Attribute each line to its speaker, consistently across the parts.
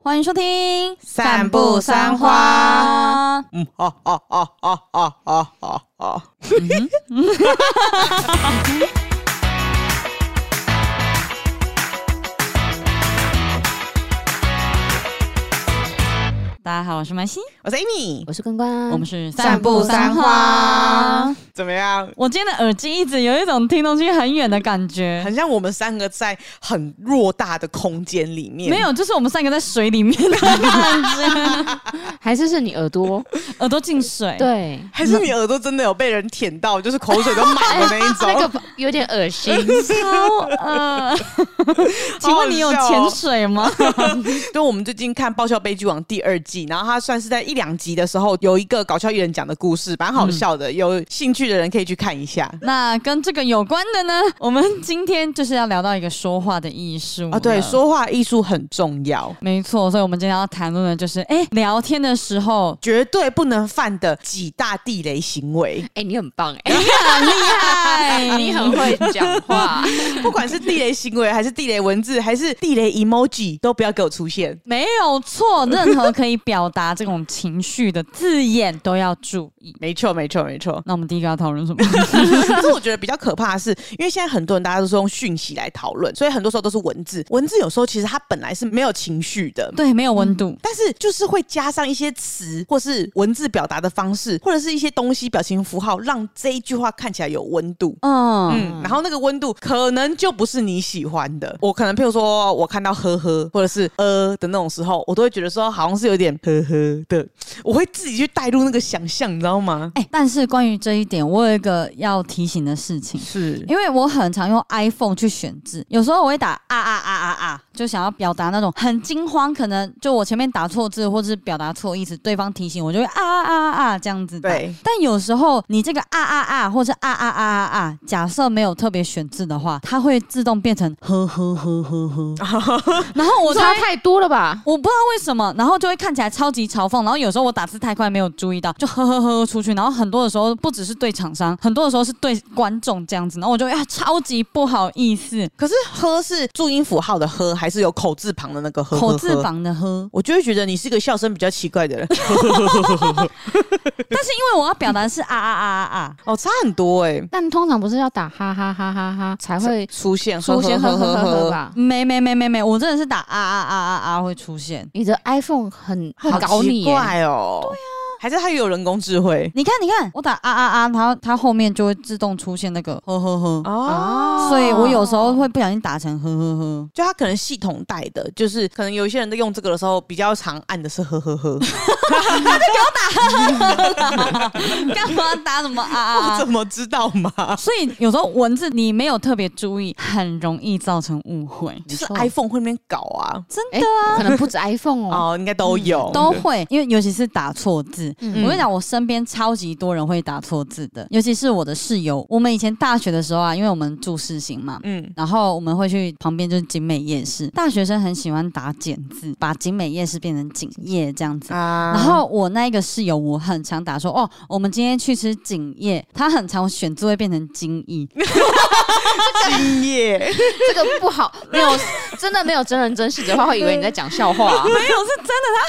Speaker 1: 欢迎收听《
Speaker 2: 散步三花》。
Speaker 1: 嗯， 大家好，我是蛮西，
Speaker 2: 我是 Amy，
Speaker 3: 我是关关，
Speaker 1: 我们是
Speaker 2: 嗯散步三花。怎么样？
Speaker 1: 我今天的耳机一直有一种听东西很远的感觉，
Speaker 2: 很像我们三个在很偌大的空间里面，
Speaker 1: 没有，就是我们三个在水里面的感 觉，
Speaker 3: 还是是你耳朵
Speaker 1: 耳朵进水。
Speaker 3: 对，哎
Speaker 2: 还是你耳朵真的有被人舔到，就是口水都满的那一种。
Speaker 3: 那个有点恶心。
Speaker 1: 超 呃，请问你有
Speaker 2: 好好笑哦
Speaker 1: 潜水吗？
Speaker 2: 就我们最近看《爆笑悲剧王》第二季，然后它算是在一两集的时候有一个搞笑艺人讲的故事，蛮好笑的，有兴趣的人可以去看一下。
Speaker 1: 那跟这个有关的呢，我们今天就是要聊到一个说话的艺术
Speaker 2: 啊，对，
Speaker 1: 了
Speaker 2: 说话艺术很重要，。
Speaker 1: 没错，所以我们今天要谈论的就是，哎、聊天的时候
Speaker 2: 绝对不能犯的几大地雷行为。
Speaker 3: 哎、你很棒哎、
Speaker 1: 很厉害，
Speaker 3: 你 很会讲话。
Speaker 2: 不管是地雷行为，还是地雷文字，还是地雷 emoji，都不要给我出现。
Speaker 1: 没有错，任何可以表达这种情绪的字眼都要注意。。
Speaker 2: 没错，没错，没错
Speaker 1: 那我们第一个要讨论什么？
Speaker 2: 可是我觉得比较可怕的是，因为现在很多人大家都是用讯息来讨论，所以很多时候都是文字。文字有时候其实它本来是没有情绪的。
Speaker 1: 对，没有温度。
Speaker 2: 但是就是会加上一些词，或是文字表达的方式，或者是一些东西、表情符号，让这一句话看起来有温度。
Speaker 1: 嗯，
Speaker 2: 嗯，然后那个温度可能就不是你喜欢的。我可能譬如说我看到呵呵或者是呃的那种时候，我都会觉得说好像是有点呵呵的，我会自己去带入那个想象，你知道吗？
Speaker 1: 哎、但是关于这一点，我有一个要提醒的事情。
Speaker 2: 是
Speaker 1: 因为我很常用 iPhone 去选字，有时候我会打啊啊啊啊啊，就想要表达那种很惊慌，可能就我前面打错字或是表达错意思，对方提醒我就会啊啊啊啊啊这样子打。
Speaker 2: 对
Speaker 1: 但有时候你这个啊啊啊或是啊啊啊啊啊，假设没有特别选字的话，它会自动变成呵呵呵呵呵，然后我
Speaker 3: 我
Speaker 1: 就
Speaker 3: 差
Speaker 1: 会。
Speaker 3: 太多了吧？
Speaker 1: 我不知道为什么，然后就会看起来超级嘲讽。然后有时候我打字太快没有注意到，就呵呵呵呵出去。然后很多的时候不只是对厂商，很多的时候是对观众这样子。然后我就会啊超级不好意思，
Speaker 2: 可是呵是注音符号的呵，还是有口字旁的那个呵呵呵
Speaker 1: 口字。旁的呵。
Speaker 2: 我就会觉得你是个笑声比较奇怪的人
Speaker 1: 但是因为我要表达的是啊啊啊啊啊，
Speaker 2: 哦，差很多哎、
Speaker 3: 但通常不是要打哈哈哈哈哈才欸会
Speaker 2: 出现呵
Speaker 3: 出现呵呵呵呵？吧？
Speaker 1: 没没没没没，我真的是打啊啊啊啊啊会出现。
Speaker 3: 你的 iPhone 很很
Speaker 2: 好
Speaker 3: 搞你欸
Speaker 2: 奇
Speaker 3: 耶、
Speaker 2: 怪哦，对啊，还是它有人工智慧
Speaker 1: 你看你看，我打啊啊啊，然后它后面就会自动出现那个呵呵呵，
Speaker 2: 哦
Speaker 1: 所以我有时候会不小心打成呵呵呵。
Speaker 2: 就他可能系统带的，就是可能有一些人在用这个的时候，比较常按的是呵呵呵，
Speaker 1: 干嘛打什么啊啊啊
Speaker 2: 我？ 怎么知道嘛？
Speaker 1: 所以有时候文字你没有特别注意，很容易造成误会，
Speaker 2: 就是
Speaker 3: 没错
Speaker 2: iPhone 会那边搞啊，
Speaker 1: 真
Speaker 3: 哎、可能不止 iPhone 哦。
Speaker 2: 哦，应该都有，
Speaker 1: 嗯都会，因为尤其是打错字。
Speaker 3: 嗯
Speaker 1: 我跟你讲，我身边超级多人会打错字的，尤其是我的室友。我们以前大学的时候啊，因为我们住市行嘛。
Speaker 2: 嗯，
Speaker 1: 然后我们会去旁边就是景美夜市，大学生很喜欢打简字，把景美夜市变成景夜这样子。
Speaker 2: 啊
Speaker 1: 然后我那一个室友，我很常打说哦，我们今天去吃景夜，他很常选字会变成金意，
Speaker 2: 啊敬业，
Speaker 3: 这个不好，没有真的没有真人真事的话，会以为你在讲笑话、啊。
Speaker 1: 没有，是真的，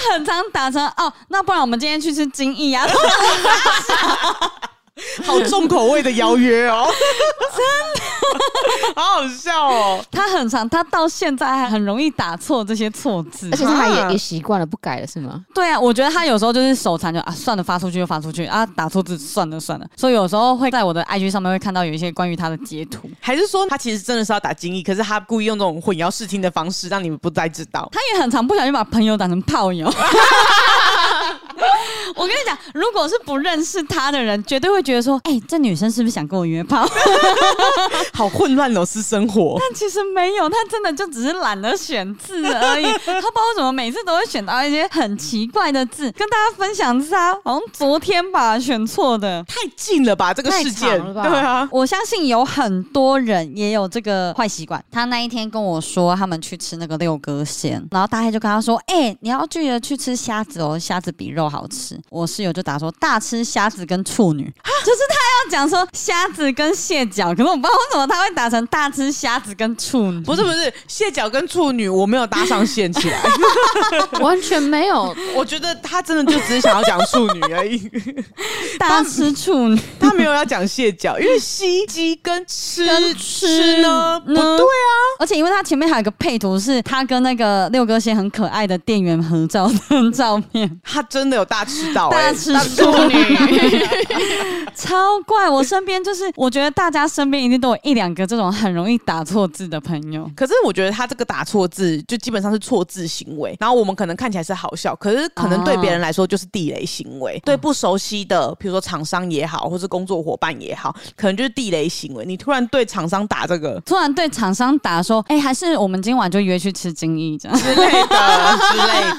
Speaker 1: 他很常打成哦，那不然我们今天去吃金逸啊， 真
Speaker 2: 好重口味的邀约哦， 真的， 好好笑哦。
Speaker 1: 他很常，他到现在还很容易打错这些错字
Speaker 3: 而。且他还
Speaker 2: 啊
Speaker 3: 也也习惯了，不改了是吗？
Speaker 1: 对啊，我觉得他有时候就是手残就啊，算了，发出去就发出去啊，打错字算了算了。所以有时候会在我的 IG 上面会看到有一些关于他的截图，
Speaker 2: 还是说他其实真的是要打精益，可是他故意用这种混淆视听的方式，让你们不再知道。
Speaker 1: 他也很常不小心把朋友打成炮 友。我跟你讲，如果是不认识他的人，绝对会觉得说，哎、这女生是不是想跟我约炮？
Speaker 2: 好混乱哦，私生活。
Speaker 1: 但其实没有，他真的就只是懒得选字 而已。他不知道为什么每次都会选到一些很奇怪的字，跟大家分享是他好像昨天吧选错的。
Speaker 2: 太近了吧，这个
Speaker 3: 太
Speaker 2: 事件，
Speaker 3: 长了吧
Speaker 2: 对啊，
Speaker 1: 我相信有很多人也有这个坏习惯。他那一天跟我说，他们去吃那个六哥鲜，然后大黑就跟他说：“哎、你要记得去吃虾子哦，虾子比肉好吃。”子，我室友就打说大吃虾子跟处女，啊就是他要讲说虾子跟蟹脚，可是我不知道为什么他会打成大吃虾子跟处女，
Speaker 2: 不是不是，蟹脚跟处女我没有搭上线起 来，
Speaker 3: 完全没有。
Speaker 2: 我觉得他真的就只是想要讲处女而已，
Speaker 1: 大吃处女，
Speaker 2: 他没有要讲蟹脚，因为吸鸡跟吃
Speaker 1: 跟吃
Speaker 2: 吃呢不
Speaker 1: 呢
Speaker 2: 对啊，
Speaker 1: 而且因为他前面还有一个配图是他跟那个六哥先很可爱的店员合照的照片，
Speaker 2: 他真的有大吃到
Speaker 1: 大
Speaker 2: 哎、
Speaker 1: 吃处 女，超怪。我身边就是我觉得大家身边一定都有一两个这种很容易打错字的朋友。
Speaker 2: 可是我觉得他这个打错字，就基本上是错字行为。然后我们可能看起来是好笑，可是可能对别人来说就是地雷行为。对不熟悉的，比如说厂商也好，或是工作伙伴也好，可能就是地雷行为。你突然对厂商打这个
Speaker 1: 突然对厂商打说：“哎、还是我们今晚就约去吃金逸这样。
Speaker 2: 之类 的之类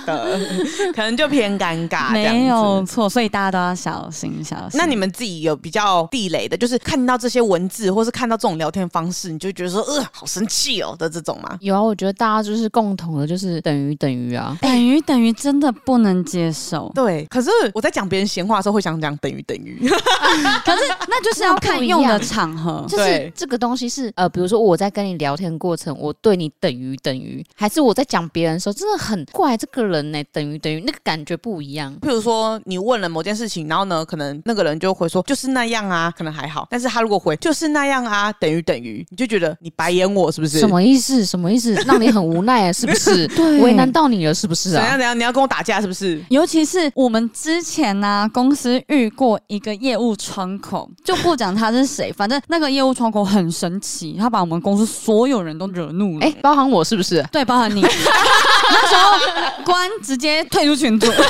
Speaker 2: 的，可能就偏尴”尬。这样子
Speaker 1: 没有。错，所以大家都要小心小心。
Speaker 2: 那你们自己有比较地雷的，就是看到这些文字，或是看到这种聊天方式，你就觉得说，呃，好生气哦的这种吗？，
Speaker 3: 有啊，我觉得大家就是共同的，就是等于等于啊。
Speaker 1: 等于等于真的不能接受
Speaker 2: 对，可是我在讲别人闲话的时候，会想讲等于等于。
Speaker 1: 可是那就是要看用的场合。
Speaker 3: 就
Speaker 2: 对
Speaker 3: 是这个东西是呃，比如说我在跟你聊天过程，我对你等于等于，还是我在讲别人的时候，真的很怪这个人呢、等于等于，那个感觉不一样。
Speaker 2: 譬如说，你问了某件事情，然后呢，可能那个人就回说就是那样啊，可能还好。但是他如果回就是那样啊，等于等于，你就觉得你白眼我是不是？
Speaker 3: 什么意思？什么意思？让你很无奈、啊是不是？
Speaker 1: 对
Speaker 3: 为难到你了，是不是
Speaker 2: 怎样
Speaker 3: 啊？
Speaker 2: 怎样？你要跟我打架是不是？
Speaker 1: 尤其是我们之前呢、公司遇过一个业务窗口，就不讲他是谁，反正那个业务窗口很神奇，他把我们公司所有人都惹怒了。
Speaker 3: 哎、包含我是不是？
Speaker 1: 对，包含你。那时候关直接退出群组，一句话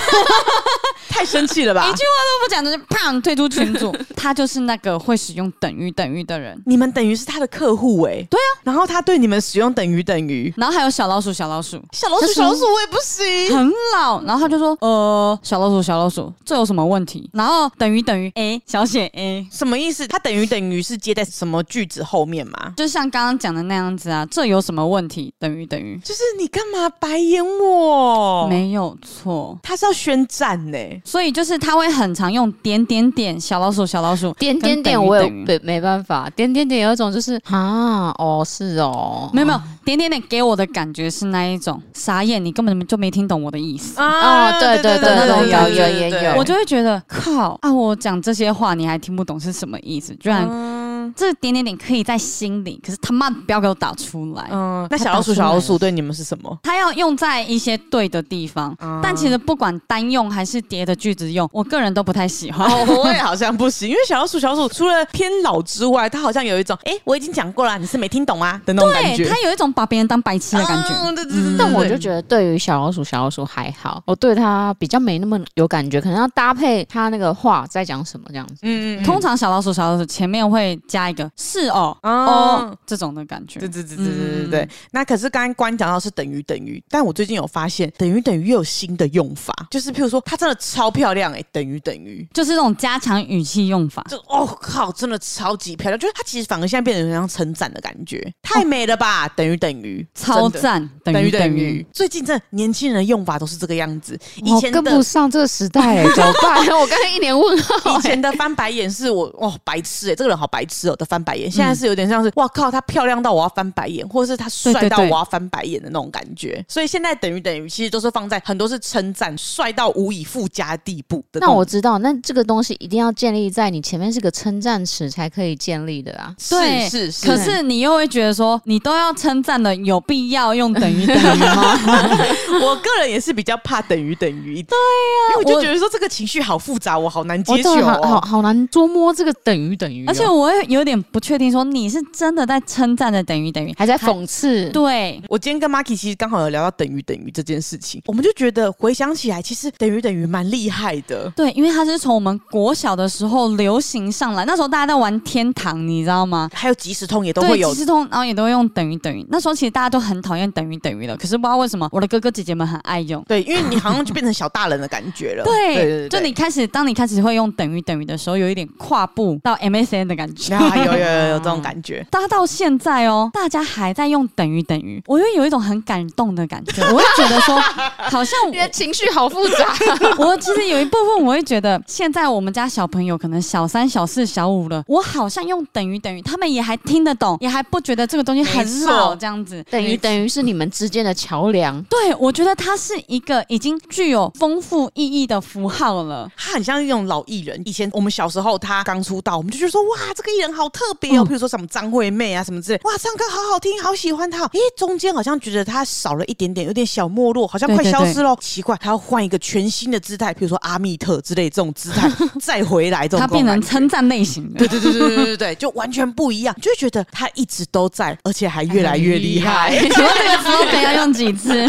Speaker 2: 太生气了吧
Speaker 1: 一句！都不讲，就是砰退出群组。他就是那个会使用等于等于的人。
Speaker 2: 你们等于是他的客户哎、对啊，然后他对你们使用等于等于，
Speaker 1: 然后还有小老鼠，小老鼠
Speaker 2: 小老鼠
Speaker 3: 就是
Speaker 2: 小老鼠我也不行，
Speaker 1: 很老，然后他就说，呃，小老鼠，小老鼠，这有什么问题？然后等于等于 A 小写 A，
Speaker 2: 什么意思？他等于等于是接在什么句子后面吗？
Speaker 1: 就像刚刚讲的那样子啊，这有什么问题？等于等于，
Speaker 2: 就是你干嘛白眼我？，
Speaker 1: 没有错。
Speaker 2: 他是要宣战呢、
Speaker 1: 所以就是他会很常用点点点小老鼠小老鼠
Speaker 3: 点点
Speaker 1: 跟等于
Speaker 3: 点，我也
Speaker 1: 等于
Speaker 3: 对没办法，点点点有一种就是啊，哦是哦，
Speaker 1: 没有没有点点点给我的感觉是那一种傻眼，你根本就没听懂我的意思，
Speaker 3: 啊对对
Speaker 1: 对对有
Speaker 3: 有也有
Speaker 1: 我就会觉得靠啊，我讲这些话你还听不懂是什么意思，居然
Speaker 2: 嗯
Speaker 1: 这点点点可以在心里，可是他妈的不要给我打出来。
Speaker 2: 嗯，那小老鼠小老鼠对你们是什么？
Speaker 1: 它要用在一些对的地方，
Speaker 2: 啊
Speaker 1: 但其实不管单用还是叠的句子用，我个人都不太喜欢。
Speaker 2: 哦，我也好像不行，因为小老鼠小老鼠除了偏老之外，它好像有一种哎、诶我已经讲过了，你是没听懂 啊的那种感
Speaker 1: 对，
Speaker 2: 觉，
Speaker 1: 它有一种把别人当白痴的感觉。
Speaker 2: 嗯对对对对
Speaker 3: 但我就觉得对于小老鼠，小老鼠还好，我对它比较没那么有感觉，可能要搭配它那个话在讲什么这样子。
Speaker 2: 嗯嗯嗯，
Speaker 1: 通常小老鼠、小老鼠前面会加一个是哦、
Speaker 2: 哦嗯
Speaker 1: 哦。这种的感觉
Speaker 2: 对。对对对对对对，那可是刚刚关讲到是等于等于，但我最近有发现等于等于又有新的用法，就是譬如说它真的超漂亮哎、诶等于等于，
Speaker 1: 就是那种加强语气用法，
Speaker 2: 就哦靠，真的超级漂亮，就是它其实反而现在变得有点像称赞的感觉，太哦美了吧，等于等于，
Speaker 1: 超
Speaker 2: 真的
Speaker 1: 赞，等
Speaker 2: 等
Speaker 1: 于
Speaker 2: 于
Speaker 1: 等
Speaker 2: 等
Speaker 1: 于
Speaker 2: 于。，最近这年轻人的用法都是这个样子。以
Speaker 3: 我
Speaker 2: 前
Speaker 3: 跟
Speaker 2: 的
Speaker 3: 哦不上这个时代、欸，怎么办？ 我刚才一脸问号、
Speaker 2: 以
Speaker 3: 欸。
Speaker 2: 前的翻白眼是我哦白痴哎、这个人好白痴哦的翻白眼，现在是有点像是哇靠，他漂亮到我要翻白眼，或者是他帅到
Speaker 1: 对对
Speaker 2: 我
Speaker 1: 对
Speaker 2: 要翻白眼的那种感觉。所以现在等于等于，其实都是放在很多是称赞，帅到无以复加的地步的
Speaker 3: 那
Speaker 2: 种
Speaker 3: 我知道，那这个东西一定要建立在你前面是个称赞词才可以建立的啊。
Speaker 1: 对
Speaker 2: 是是是，
Speaker 1: 可是你又会觉得说，你都要称赞的，有必要用等于等 于吗？
Speaker 2: 我个人也是比较怕等于等于一点。对呀、因为我就
Speaker 1: 我
Speaker 2: 觉得说这个情绪好复杂，我好难
Speaker 3: 我
Speaker 2: 接受、
Speaker 3: 真的啊好好
Speaker 2: 哦。
Speaker 3: 好难捉摸这个等于等于哦、
Speaker 1: 而且我也有点不确定，说你是真的在称赞的等于等于，
Speaker 3: 还在讽刺，
Speaker 1: 对，
Speaker 2: 我今天跟 Marky 其实刚好有聊到等于等于这件事情，我们就觉得回想起来，其实等于等于蛮厉害的。
Speaker 1: 对，因为它是从我们国小的时候流行上来，那时候大家在玩天堂，你知道吗？
Speaker 2: 还有即时通也都
Speaker 1: 对，
Speaker 2: 会有
Speaker 1: 即时通，然后也都会用等于等于。那时候其实大家都很讨厌等于等于了，可是不知道为什么我的哥哥姐姐们很爱用。
Speaker 2: 对，因为你好像就变成小大人的感觉了。
Speaker 1: 对，
Speaker 2: 对 对对，
Speaker 1: 就你开始，当你开始会用等于等于的时候，有一点跨步到 MSN 的感觉。。
Speaker 2: 啊，有有有有这种感觉
Speaker 1: 搭到现在哦，大家还在用等于等于，我会有一种很感动的感觉，我会觉得说，好像
Speaker 3: 你的情绪好复 杂，
Speaker 1: 我我其实有一部分我会觉得，现在我们家小朋友可能小三、小四、小五了，我好像用等于等于，他们也还听得懂，也还不觉得这个东西很
Speaker 2: 没错
Speaker 1: 老这样子。
Speaker 3: 等于等于是你们之间的桥梁。
Speaker 1: 对，我觉得它是一个已经具有丰富意义的符号了。
Speaker 2: 他很像那种老艺人。以前我们小时候，他刚出道，我们就觉得说，哇，这个艺人好特别哦。譬如说什么张惠妹啊，什么之类，哇，唱歌好好听，好喜欢他。诶，中间好像觉得他少了一点点，有点小没落，好像快
Speaker 1: 对对
Speaker 2: 消
Speaker 1: 对
Speaker 2: 失喽。奇怪，他要换一个全新的姿态，譬如说阿密特之类这种 姿态再回来，这种
Speaker 1: 它变成
Speaker 2: 感觉
Speaker 1: 称赞类型的，
Speaker 2: 对对对对对对对，就完全不一样，就会觉得他一直都在，而且还越来越厉害。
Speaker 1: 请问这个 slogan 要用几 次？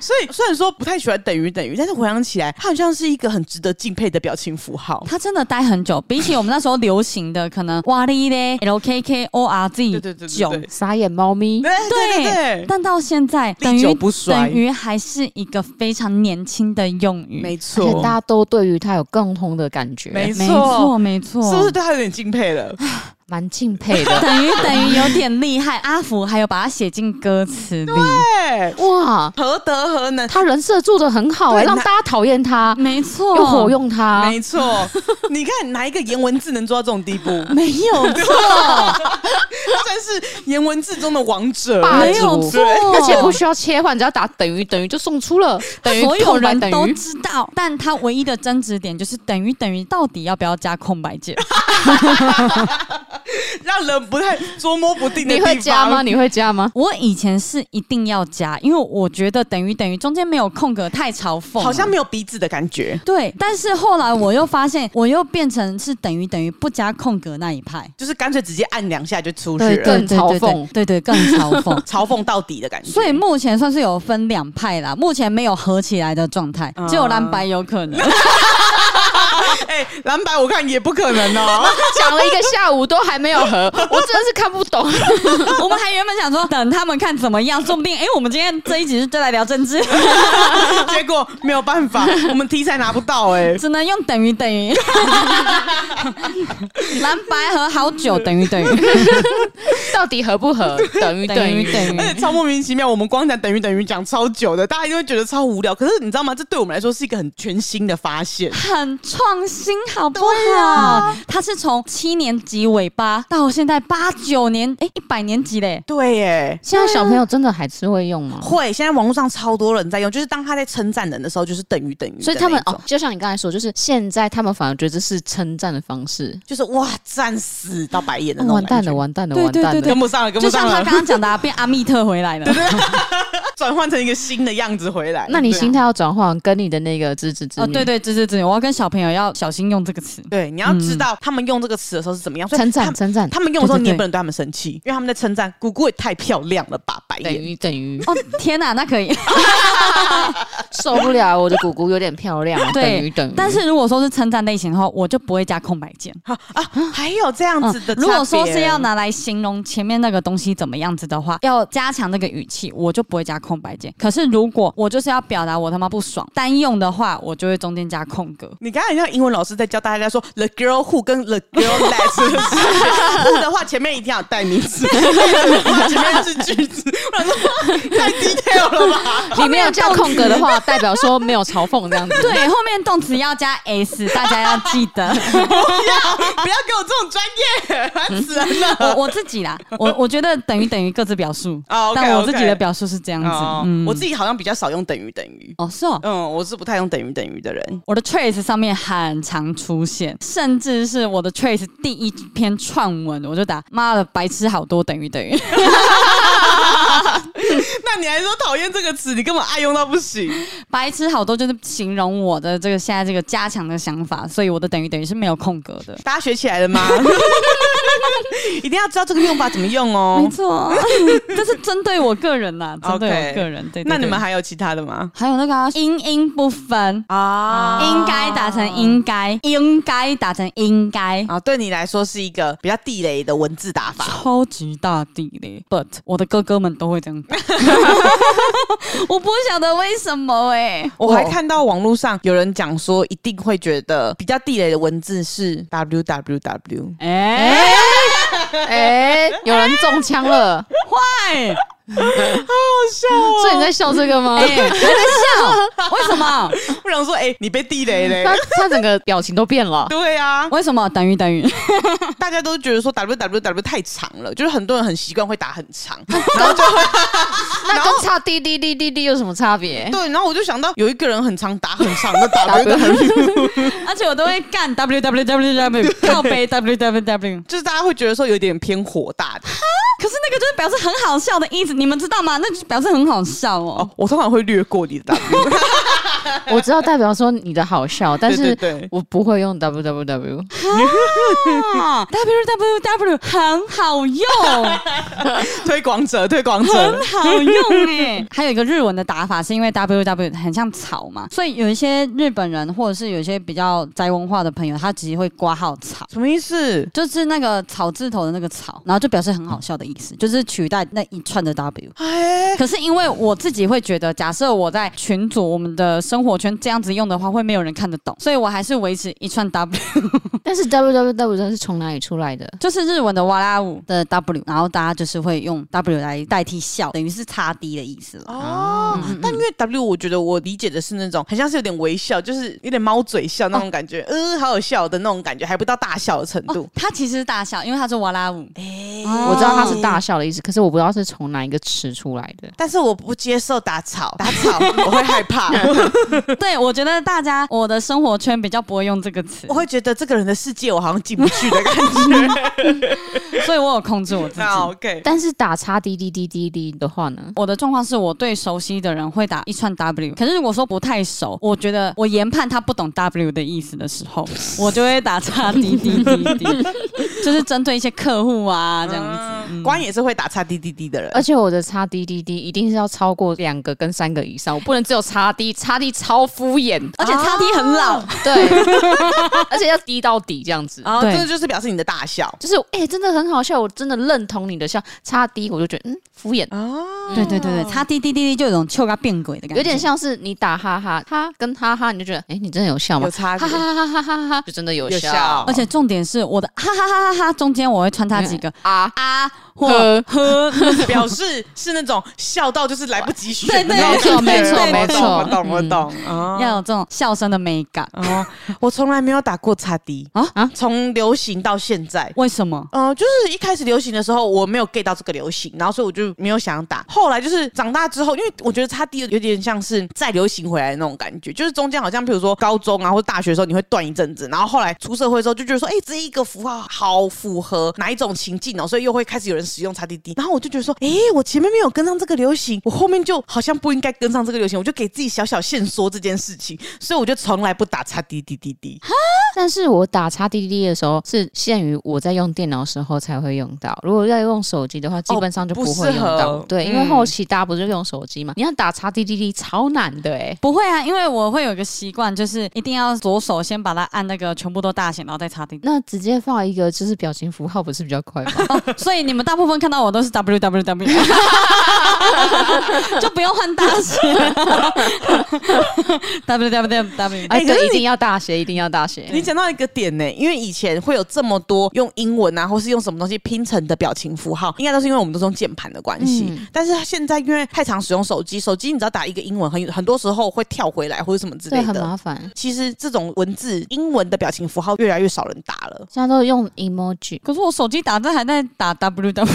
Speaker 2: 所以虽然说不太喜欢等于等于，但是回想起来，他好像是一个很值得敬佩的表情符号。
Speaker 1: 它真的待很久，比起我们那时候流行的可能哇哩嘞、LKK、ORZ
Speaker 2: 对对对对
Speaker 1: 囧
Speaker 2: 对
Speaker 3: 傻眼猫 咪，
Speaker 2: 对对对对，
Speaker 1: 但到现在等
Speaker 2: 历久
Speaker 1: 于
Speaker 2: 不衰
Speaker 1: 等于还是一个非常年轻的用语，
Speaker 2: 没
Speaker 3: 而且
Speaker 2: 错，
Speaker 3: 大家都对于他有共同的感
Speaker 2: 没
Speaker 3: 觉，
Speaker 1: 没错，没错，
Speaker 2: 是不是对他有点敬佩 了？
Speaker 3: 蛮敬佩的。
Speaker 1: 等于等于有点厉害？阿福还有把它写进歌词里，
Speaker 2: 对，
Speaker 3: 哇，
Speaker 2: 何德何能？
Speaker 3: 他人设做的很好、
Speaker 2: 对
Speaker 3: 欸，让
Speaker 2: 那
Speaker 3: 大家讨厌他，
Speaker 1: 没错，
Speaker 3: 又火用他，
Speaker 2: 没错，你看哪一个颜文字能做到这种地 步？
Speaker 1: 没 有错，
Speaker 2: 他算是颜文字中的王者。
Speaker 3: 霸
Speaker 1: 没有
Speaker 3: 主
Speaker 1: 错，
Speaker 3: 而且不需要切换，只要打等于等于就送出 了，等于
Speaker 1: 所有
Speaker 3: 空白
Speaker 1: 人
Speaker 3: 等
Speaker 1: 都
Speaker 3: 于
Speaker 1: 知道，但他唯一的争执点就是等于等于到底要不要加空白键？
Speaker 2: 让人不太捉摸不定的
Speaker 3: 你
Speaker 2: 地方。
Speaker 3: 会加吗？？你会加吗？
Speaker 1: 我以前是一定要加，因为我觉得等于等于中间没有空格太嘲讽了，啊
Speaker 2: 好像没有鼻子的感觉，
Speaker 1: 对，但是后来我又发现，我又变成是等于等于不加空格那一派，
Speaker 2: 就是干脆直接按两下就出去
Speaker 3: 对
Speaker 2: 了，。
Speaker 3: 更嘲讽
Speaker 1: 对对，更嘲讽
Speaker 2: 嘲讽到底的感觉。
Speaker 1: 所以目前算是有分两派啦，目前没有合起来的状态，
Speaker 3: 啊
Speaker 1: 只有蓝白有可能。
Speaker 2: 哎、蓝白我看也不可能哦。
Speaker 3: 讲了一个下午都还没有合，我真的是看不懂。
Speaker 1: 我们还原本想说等他们看怎么样，说不定哎、我们今天这一集是就来聊政 治，
Speaker 2: 结果没有办法，我们题材拿不到哎、
Speaker 1: 只能用等于等 于， 蓝白和好久等于等于
Speaker 3: 到底合不合？ 等于
Speaker 1: 等
Speaker 3: 等
Speaker 1: 于
Speaker 3: 于
Speaker 1: 等
Speaker 2: 而且
Speaker 1: 于，
Speaker 2: 超莫名其妙，我们光讲等于等于讲超久的，大家一定会觉得超无聊。可是你知道吗？这对我们来说是一个很全新的发现。
Speaker 1: 很创新，好不
Speaker 2: 啊
Speaker 1: 好？它是从七年级尾巴到现在八九年，哎、一百年级嘞。
Speaker 2: 对耶，
Speaker 3: 现在小朋友真的还是会用啊吗？
Speaker 2: 会现在网络上超多人在用，就是当他在称赞人的时候，就是等于等于的那种，
Speaker 3: 所以他们哦，就像你刚才说，就是现在他们反而觉得这是称赞的方式。
Speaker 2: 就是哇赞死到白眼的
Speaker 3: 哦
Speaker 2: 那种
Speaker 3: 完蛋
Speaker 2: 感觉
Speaker 3: 了，，完蛋了，
Speaker 1: 对
Speaker 3: 完
Speaker 1: 对
Speaker 3: 蛋
Speaker 1: 对对
Speaker 3: 了！哎
Speaker 2: 跟不上了，跟
Speaker 1: 就
Speaker 2: 不
Speaker 1: 像
Speaker 2: 上
Speaker 1: 他
Speaker 2: 了，
Speaker 1: 刚刚讲的、啊，变阿密特回 来了。
Speaker 2: 转换成一个新的样子回来。
Speaker 3: 那你
Speaker 2: 对啊
Speaker 3: 心态要转换，跟你的那个知知知
Speaker 1: 哦，对对，对对对，我要跟小朋友要小心用这个词。
Speaker 2: 对，你要知道他们用这个词的时候是怎么样，所以
Speaker 3: 称
Speaker 2: 他
Speaker 3: 赞
Speaker 2: 们
Speaker 3: 称赞，
Speaker 2: 他们用的时候，
Speaker 1: 对对
Speaker 2: 你
Speaker 1: 对
Speaker 2: 也不能对他们生气，因为他们在称赞姑姑也太漂亮了吧，白
Speaker 3: 等
Speaker 2: 眼。
Speaker 3: 于等于
Speaker 1: 哦，天哪，那可以。
Speaker 3: 受不了，我的姑姑有点漂 亮，等
Speaker 1: 对
Speaker 3: 于等于。，
Speaker 1: 但是如果说是称赞类型的话，我就不会加空白 键。
Speaker 2: 啊啊，还有这样子
Speaker 3: 嗯
Speaker 2: 的、
Speaker 1: 嗯如果说是要，拿来形容前面那个东西怎么样子的话，要加强那个语气，我就不会加空白键。可是如果我就是要表达我他妈不爽，单用的话，我就会中间加空格。
Speaker 2: 你刚才很像英文老师在教大家说 the girl who 跟 the girl that who 的话，前面一定要有代名词，前面是句子。我想说太 detail 了吧？
Speaker 3: 你没有加空格的话， 代表说没有嘲讽这样子。
Speaker 1: 对，后面动词要加 s，大家要记得。
Speaker 2: 不要给我这种专业，烦死人了。
Speaker 1: 我我自己啦，我我觉得等于等于各自表述，
Speaker 2: 哦，OK，
Speaker 1: 但我自己
Speaker 2: OK
Speaker 1: 的表述是这样子。
Speaker 2: 哦
Speaker 1: 嗯，
Speaker 2: 我自己好像比较少用等于等于，
Speaker 1: 哦是哦，
Speaker 2: 嗯，我是不太用等于等于的人。
Speaker 1: 我的 trace 上面很常出现，甚至是我的 trace 第一篇串文，我就打“妈的白痴好多等于等于
Speaker 2: 那你还说讨厌这个词，你根本爱用到不行。”
Speaker 1: 白痴好多就是形容我的这个现在这个加强的想法，所以我的等于等于是没有空格的。
Speaker 2: 大家学起来了吗？一定要知道这个用法怎么用哦
Speaker 1: 没。错， 这是针对我个人呐，针对
Speaker 2: OK
Speaker 1: 我个人。对，对
Speaker 2: 那你
Speaker 1: 对
Speaker 2: 们还有其他的吗？
Speaker 1: 还有那个啊音音不分，
Speaker 2: 啊
Speaker 1: 应该打成应该，应该打成应 该。
Speaker 2: 啊，对你来说是一个比较地雷的文字打法。
Speaker 1: 超级大地雷，but 我的哥哥们都会这样打， 我不晓得为什么哎、
Speaker 2: 我还看到网络上有人讲说，一定会觉得比较地雷的文字是 w w w。
Speaker 1: 哎、
Speaker 3: 哎、有人中枪了，
Speaker 1: 坏
Speaker 3: 所以你在笑哦这个吗？
Speaker 1: 哎、还在笑，为什么？
Speaker 2: 我想说，哎、你被地雷嘞
Speaker 3: 他他整个表情都变了。
Speaker 2: 对啊，
Speaker 1: 为什么？等于等于，
Speaker 2: 大家都觉得说 w w w 太长了，就是很多人很习惯会打很长。
Speaker 3: 哎 那跟差滴滴滴滴滴有什么差别？
Speaker 2: 对，然后我就想到有一个人很常打很长的 w w
Speaker 1: 而且我都会干 w w w w 靠背 w w w，
Speaker 2: 就是大家会觉得说有点偏火大的。
Speaker 1: 可是那个就是表示很好笑的意思，你们知道吗？那就是表示很好笑
Speaker 2: 哦
Speaker 1: 哦。，
Speaker 2: 我通常会略过你的 w，
Speaker 3: 我知道代表说你的好笑，但
Speaker 2: 对
Speaker 3: 是
Speaker 2: 对对
Speaker 3: 我不会用 W W W。
Speaker 1: 啊 w w w 很好用，
Speaker 2: 推广者，推广
Speaker 1: 很
Speaker 2: 者。
Speaker 1: 好用哎、 还有一个日文的打法，是因为 W W 很像草嘛，所以有一些日本人或者是有一些比较宅文化的朋友，他直接会挂号草。
Speaker 2: 什么意思？
Speaker 1: 就是那个草字头的那个草，然后就表示很好笑的意思，就是取代那一串的 W。
Speaker 2: 哎，
Speaker 1: 可是因为我自己会觉得，假设我在群组、我们的生活圈这样子用的话，会没有人看得懂，所以我还是维持一串 W，
Speaker 3: 但是 W W W 真的是从哪里出来的？
Speaker 1: 就是日文的哇啦舞的 W，然后大家就是会用 W 来代替笑，等于是擦 D 的意思了。
Speaker 2: 哦，
Speaker 1: 嗯
Speaker 2: 但因为 W，我觉得我理解的是那种很像是有点微笑，就是有点猫嘴笑那种感觉，嗯、好好笑的那种感觉，还不到大笑的程度
Speaker 1: 哦。，他其实是大笑，因为他是哇啦舞。哦
Speaker 3: 我知道它是大笑的意思，可是我不知道是从哪一个词出来的。
Speaker 2: 但是我不接受打草，打草 我会害怕，
Speaker 1: 对，我觉得大家我的生活圈比较不会用这个词
Speaker 2: 我，会觉得这个人的世界我好像进不去的感觉。
Speaker 1: 所以我有控制我自 己。
Speaker 2: 那 OK，
Speaker 3: 但是打叉滴滴滴滴滴的话呢？
Speaker 1: 我的状况是我对熟悉的人会打一串 W，可是如果说不太熟，我觉得我研判他不懂 W 的意思的时 候，我就会打叉滴滴滴 滴，就是针对一些客户啊这样子。嗯
Speaker 2: 关也是会打叉滴滴滴的人，
Speaker 3: 而且我的叉滴滴滴一定是要超过两个跟三个以上，我不能只有叉滴，叉滴超敷 衍，
Speaker 1: 而且叉 D 很老，
Speaker 3: 对， 而且要滴到底这样子。
Speaker 2: 然后
Speaker 1: 对
Speaker 2: 哦这就是表示你的大笑
Speaker 3: 就是哎、真的很好笑，我真的认同你的笑，叉滴我就觉得嗯敷衍，
Speaker 1: 哦
Speaker 2: 啊。
Speaker 1: 对对对对，叉滴滴滴滴就有种臭嘎变鬼的感觉，
Speaker 3: 有点像是你打哈哈，哈跟哈哈，你就觉得哎、你真的有笑吗
Speaker 2: 有？差
Speaker 3: 哈
Speaker 2: 别
Speaker 3: 哈哈哈哈哈，就真的有
Speaker 2: 有
Speaker 3: 笑，
Speaker 2: 笑哦
Speaker 1: 而且重点是我的哈哈哈哈哈中间我会穿插几个
Speaker 3: 啊。
Speaker 1: 啊或
Speaker 3: 呵
Speaker 1: 呵，
Speaker 2: 表示是那种笑到就是来不及选
Speaker 1: 对
Speaker 2: 的那
Speaker 1: 对
Speaker 2: 种
Speaker 1: 没
Speaker 2: 感觉，
Speaker 1: 错
Speaker 3: 没错
Speaker 2: 我懂我懂
Speaker 3: 没
Speaker 2: 我懂啊
Speaker 1: 要有这种笑声的美感。
Speaker 2: 哦，我从来没有打过叉 D
Speaker 1: 啊
Speaker 2: 啊，从流行到现在。
Speaker 1: 为什么？
Speaker 2: 呃，就是一开始流行的时候，我没有 get 到这个流行，然后所以我就没有想打。后来就是长大之后，因为我觉得叉 D 有点像是再流行回来的那种感觉，就是中间好像比如说高中啊或大学的时候你会断一阵子，然后后来出社会之后就觉得说，哎、这一个符号好符合哪一种情境哦，所以又会开始有人使用叉 D D。然后我就觉得说，哎、我前面没有跟上这个流行，我后面就好像不应该跟上这个流行，我就给自己小小限缩这件事情，所以我就从来不打叉 D D D D。
Speaker 3: 但是我打叉滴滴的时候是限于我在用电脑的时候才会用到，如果要用手机的话，基本上就不
Speaker 2: 哦
Speaker 3: 会用到。
Speaker 2: 不适合嗯
Speaker 3: 对，因为后期大家不是用手机嘛，你要打叉滴滴滴超难的哎、
Speaker 1: 不会啊，因为我会有一个习惯，就是一定要左手先把它按那个全部都大写，然后再插 进去。
Speaker 3: 那直接放一个就是表情符号不是比较快 吗？啊
Speaker 1: 哦所以你们大部分看到我都是 W W W，就不用换大写 W W W W。
Speaker 3: 哎、
Speaker 2: 哎可是
Speaker 3: 对，
Speaker 2: 你
Speaker 3: 一定要大写，一定要大写。
Speaker 2: 你讲到一个点呢、因为以前会有这么多用英文啊，或是用什么东西拼成的表情符号，应该都是因为我们都是用键盘的关系。
Speaker 3: 嗯
Speaker 2: 但是现在因为太常使用手机，手机你只要打一个英文，很很多时候会跳回来或者什么之
Speaker 3: 对，
Speaker 2: 类
Speaker 3: 很
Speaker 2: 的。
Speaker 3: 麻烦。
Speaker 2: 其实这种文字英文的表情符号越来越少人打了。
Speaker 3: 现在都用 emoji，
Speaker 1: 可是我手机打字还在打 W W。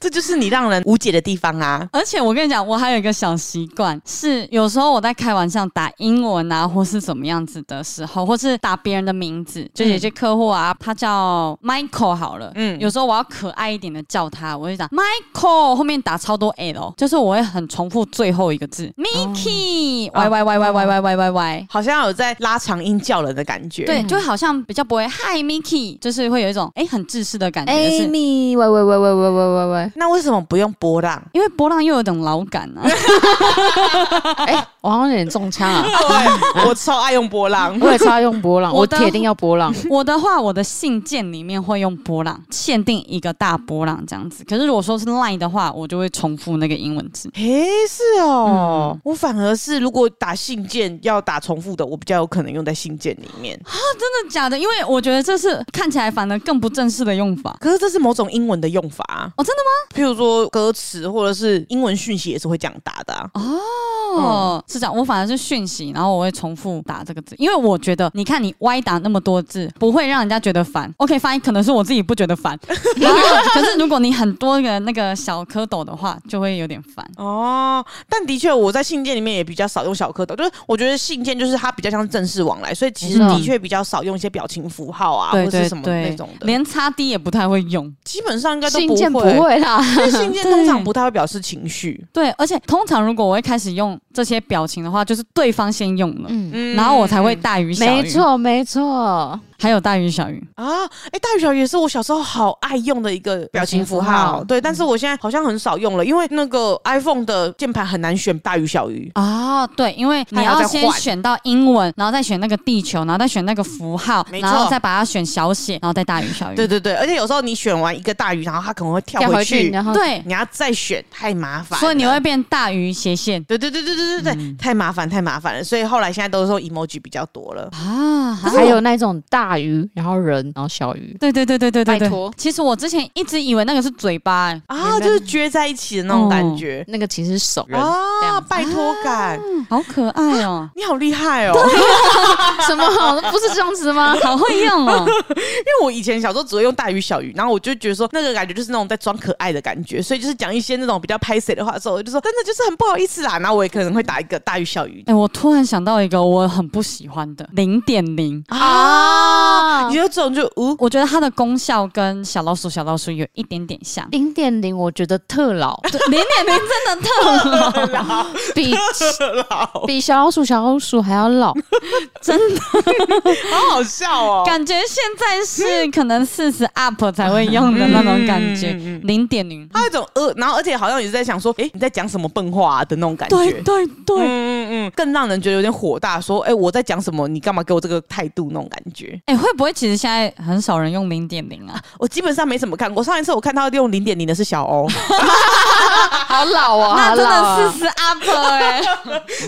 Speaker 2: 这就是你让人无解的地方啊！
Speaker 1: 而且我跟你讲，我还有一个小习惯，是有时候我在开玩笑打英文啊，或是怎么样子的时候，或是打别人的名字，就有些客户啊，他叫 Michael 好了，
Speaker 2: 嗯
Speaker 1: 嗯，有时候我要可爱一点的叫他，我就打 Michael，后面打超多 L，就是我会很重复最后一个字 Mickey，
Speaker 2: 哦
Speaker 1: y y y y y y y y y。
Speaker 2: 好像有在拉长音叫人的感觉。，
Speaker 1: 对，就好像比较不会 Hi Mickey，就是会有一种哎、很自私的感觉，就是
Speaker 3: Amy，喂喂喂喂喂喂喂喂
Speaker 2: 那为什么不用波浪？
Speaker 1: 因为波浪又有一种老感啊。
Speaker 3: 哎，我好像有点中枪啊！
Speaker 2: 对， 我超爱用波 浪。
Speaker 3: 我也超爱用波 浪，
Speaker 1: 我
Speaker 3: 我
Speaker 1: 的
Speaker 3: 铁定要波浪。
Speaker 1: 我的话，我的信件里面会用波浪，限定一个大波浪这样子。可是如果说是 line 的话，我就会重复那个英文字。
Speaker 2: 诶，是哦，
Speaker 1: 嗯
Speaker 2: 我反而是如果打信件要打重复的，我比较有可能用在信件里面。
Speaker 1: 真的假的？因为我觉得这是看起来反而更不正式的用法。
Speaker 2: 可是这是某种英文的用法、啊，
Speaker 1: 哦，真的
Speaker 2: 譬如说歌词或者是英文讯息也是会这样打的、啊。
Speaker 1: 吗？哦，是这样。我反而是讯息，然后我会重复打这个字，因为我觉得你看你歪打那么多字，不会让人家觉得 烦。OK，翻译可能是我自己不觉得 烦，然后可是如果你很多个那个小蝌蚪的话，就会有点烦。
Speaker 2: 哦，但的确，我在信件里面也比较少用小蝌蚪，就是我觉得信件就是它比较像正式往来，所以其实
Speaker 3: 没错
Speaker 2: 的确比较少用一些表情符号啊，
Speaker 1: 对
Speaker 2: 或是
Speaker 1: 对
Speaker 2: 什么那
Speaker 1: 对
Speaker 2: 种，的，
Speaker 1: 连擦 D 也不太会用。
Speaker 2: 基本上应该都
Speaker 3: 信件
Speaker 2: 不
Speaker 3: 不
Speaker 2: 会，
Speaker 3: 会啦，
Speaker 2: 因为信件通常
Speaker 1: 对
Speaker 2: 不太会表示情绪，
Speaker 1: 对，而且通常如果我会开始用这些表情的话，就是对方先用了，
Speaker 3: 嗯，
Speaker 2: 嗯
Speaker 1: 然后我才会大鱼小鱼。
Speaker 3: 没，错没错，
Speaker 1: 还有大鱼小鱼。
Speaker 2: 啊，哎、大鱼小鱼也是我小时候好爱用的一个表情符
Speaker 3: 表情符
Speaker 2: 号，
Speaker 3: 号
Speaker 2: 对，但是我现在好像很少用了，因为那个 iPhone 的键盘很难选大鱼小鱼。
Speaker 1: 哦，对，因为你
Speaker 2: 还要
Speaker 1: 要
Speaker 2: 再
Speaker 1: 先
Speaker 2: 换
Speaker 1: 选到英文，然后再选那个地球，然后再选那个符号，
Speaker 2: 没
Speaker 1: 然后
Speaker 2: 错
Speaker 1: 再把它选小写，然后再大鱼小鱼。
Speaker 2: 对对对，而且有时候你选完一个大鱼，然后它可能会跳
Speaker 3: 要
Speaker 2: 回
Speaker 3: 回
Speaker 2: 去，
Speaker 3: 去，然后
Speaker 1: 对
Speaker 2: 你要再选，太麻烦了。欸
Speaker 1: 所以你会变大鱼斜线
Speaker 2: 对对对对对对对，太麻烦太麻烦了，所以后来现在都是用 emoji 比较多了。
Speaker 1: 啊。
Speaker 3: 还有那种大鱼，然后人，然后小鱼，
Speaker 1: 对对对对对对
Speaker 3: 拜
Speaker 1: 对
Speaker 3: 托，
Speaker 1: 其实我之前一直以为那个是嘴巴、欸
Speaker 2: 啊，就是撅在一起的那种感觉、
Speaker 3: 那个其嗯实是手人，这
Speaker 2: 啊，
Speaker 3: 样子
Speaker 2: 拜托感，
Speaker 1: 好可爱 哦、
Speaker 2: 你好厉害哦！
Speaker 3: 什么？不是这样子 吗？
Speaker 1: 啊好会用哦、
Speaker 2: 因为我以前小时候只会用大鱼小鱼，然后我就觉得说那个感觉就是那种在装可爱的感觉，所以就是讲一些那种比较拍谁的话的时候，我就说真的就是很不好意思啦，然后我也可能会打一个大鱼小鱼
Speaker 1: 哎、我突然想到一个我很不喜欢的零点零。
Speaker 2: 啊，
Speaker 3: 啊，
Speaker 2: 你觉得这种就呜
Speaker 1: 我觉得它的功效跟小老鼠小老鼠有一点点像
Speaker 3: 零点零，我觉得特老，
Speaker 1: 零点零真的特老，
Speaker 3: 比
Speaker 2: 老，
Speaker 3: 比小老鼠小老鼠还要老。
Speaker 2: 好好笑哦。
Speaker 1: 感觉现在是可能四十 up 才会用的那种感觉
Speaker 2: 嗯嗯嗯，
Speaker 1: 零点零，
Speaker 2: 他有一种呃，然后而且好像也是在想说，哎、你在讲什么笨话、啊、的那种感觉。
Speaker 1: 对对对。
Speaker 2: 嗯嗯嗯，更让人觉得有点火大，说，哎、我在讲什么？你干嘛给我这个态度？那种感觉，
Speaker 1: 哎、会不会其实现在很少人用零点零啊？
Speaker 2: 我基本上没怎么看过。上一次我看到用零点零的是小欧，
Speaker 3: 好老
Speaker 2: 哦
Speaker 3: 啊，
Speaker 1: 那
Speaker 3: 好
Speaker 1: 真
Speaker 3: 老
Speaker 1: 的
Speaker 3: 啊
Speaker 1: 四十 up 哎、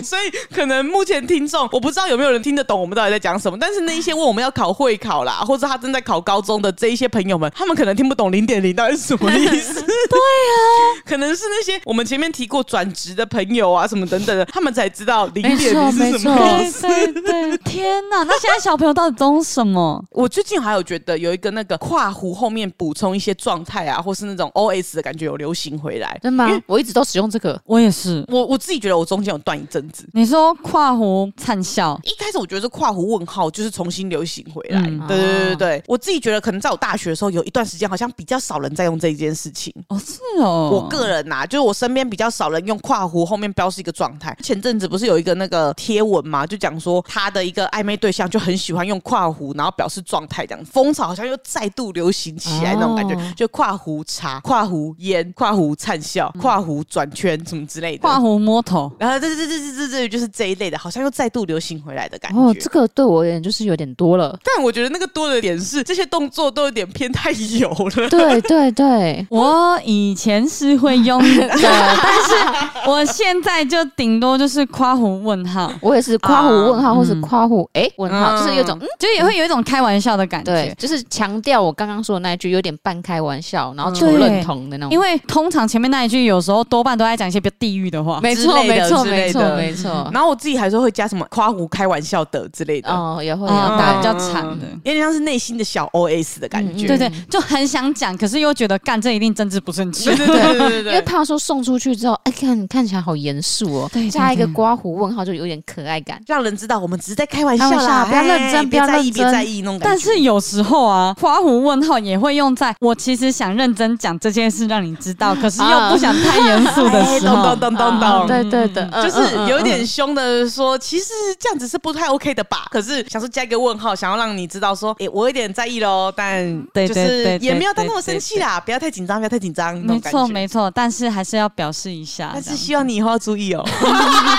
Speaker 2: 所以可能目前听众，我不知道有没有人听得懂我们到底在讲什么。但是那一些问我们要考会考啦，或者他正在考高中的这一些朋友们，他们可能听不懂零点零到底是什么意 思。对啊，可能是那些我们前面提过转职的朋友啊，什么等等的，他们才知道 零点零是什么意思。
Speaker 1: 对对 对，天哪！那现在小朋友到底懂什么？
Speaker 2: 我最近还有觉得有一个那个跨湖后面补充一些状态啊，或是那种 O S 的感觉有流行回来。
Speaker 3: 真的吗？我一直都使用这个，
Speaker 1: 我也是。
Speaker 2: 我我自己觉得我中间有断一阵子，
Speaker 1: 你说跨湖灿笑，
Speaker 2: 一开始我觉得是跨湖问号，就是重新流行回来。
Speaker 1: 嗯
Speaker 2: 对对对对
Speaker 3: 哦
Speaker 2: 对，我自己觉得可能在我大学的时候，有一段时间好像比较少人在用这一件事情。
Speaker 1: 哦是哦，
Speaker 2: 我个人呐、啊就是我身边比较少人用跨湖后面标示一个状态。前阵子不是有一个那个贴文嘛，就讲说他的一个暧昧对象就很喜欢用跨湖，然后表示状态这样，风潮好像又再度流行起来那种感觉，
Speaker 3: 哦
Speaker 2: 就跨湖茶、跨湖烟、跨湖灿笑、跨湖转圈什么之类
Speaker 1: 嗯
Speaker 2: 的。
Speaker 1: 跨湖摸头，
Speaker 2: 然后对对对对对对，就是这一类的，好像又再度流行回来的感觉。。
Speaker 3: 哦，这个对我有点就是有点多了
Speaker 2: 但我觉得那个多的点是，这些动作都有点偏太油 了。
Speaker 3: 对对对，
Speaker 1: 我以前是会用的，但是我现在就顶多就是夸夸胡问号，
Speaker 3: 我也是夸胡问号，或是
Speaker 1: 嗯
Speaker 3: 夸胡哎问号，就是有一种嗯，
Speaker 1: 就也会有一种开玩笑的感
Speaker 3: 对
Speaker 1: 觉，。
Speaker 3: 就是强调我刚刚说的那一句，有点半开玩笑，然后求
Speaker 1: 对
Speaker 3: 认同的那种。
Speaker 1: 因为通常前面那一句有时候多半都在讲一些比较地域的话，
Speaker 3: 没
Speaker 2: 之
Speaker 3: 错，
Speaker 2: 类
Speaker 3: 没
Speaker 2: 的
Speaker 3: 错，
Speaker 2: 之
Speaker 3: 没
Speaker 2: 类
Speaker 3: 错，
Speaker 2: 的
Speaker 3: 没错。
Speaker 2: 然后我自己还是会加什么夸胡开玩笑的之类的，
Speaker 3: 哦，也会有
Speaker 1: 啊，打
Speaker 3: 大
Speaker 1: 得比
Speaker 3: 家
Speaker 1: 较惨的。
Speaker 2: 有点像是内心的小 OS 的感觉。
Speaker 1: 对
Speaker 3: 嗯
Speaker 1: 对，就很想讲，可是又觉得干这一定政治不正确
Speaker 2: 对。对对对对
Speaker 3: 因为
Speaker 2: 对，
Speaker 3: 怕说送出去之后，哎，看看起来好严肃哦
Speaker 2: 嗯
Speaker 1: 对对，
Speaker 3: 加一个
Speaker 1: 对
Speaker 3: 刮胡问号就有点可爱感。
Speaker 2: 让人知道我们只是在开玩笑
Speaker 3: 开玩笑
Speaker 2: 啦，
Speaker 3: 不要认真
Speaker 2: 哎
Speaker 3: 不要
Speaker 2: 别在意，
Speaker 3: 认
Speaker 2: 别
Speaker 3: 真
Speaker 2: 在意那种感觉。
Speaker 1: 但是有时候啊，花胡问号也会用在我其实想认真讲这件事，让你知道，可是又不想太严肃的
Speaker 2: 啊哎，
Speaker 1: 时
Speaker 2: 咚
Speaker 1: 候
Speaker 2: 咚，咚咚咚，
Speaker 3: 对对对，嗯
Speaker 2: 就是有一。
Speaker 3: 嗯嗯
Speaker 2: 点
Speaker 3: 嗯
Speaker 2: 凶的说，其实这样子是不太 OK 的吧？可是想说加一个问号，想要让你知道说，诶，我有点在意喽，但
Speaker 1: 对
Speaker 2: 就
Speaker 1: 对
Speaker 2: 是
Speaker 1: 对
Speaker 2: 也
Speaker 1: 对
Speaker 2: 没有到
Speaker 1: 对
Speaker 2: 那么
Speaker 1: 对
Speaker 2: 生气啦，不要太紧张，不要太紧张，
Speaker 1: 没
Speaker 2: 那种感
Speaker 1: 错
Speaker 2: 觉。
Speaker 1: 没错，但是还是要表示一下。
Speaker 2: 但是
Speaker 1: 这
Speaker 2: 希望你以后要注意哦，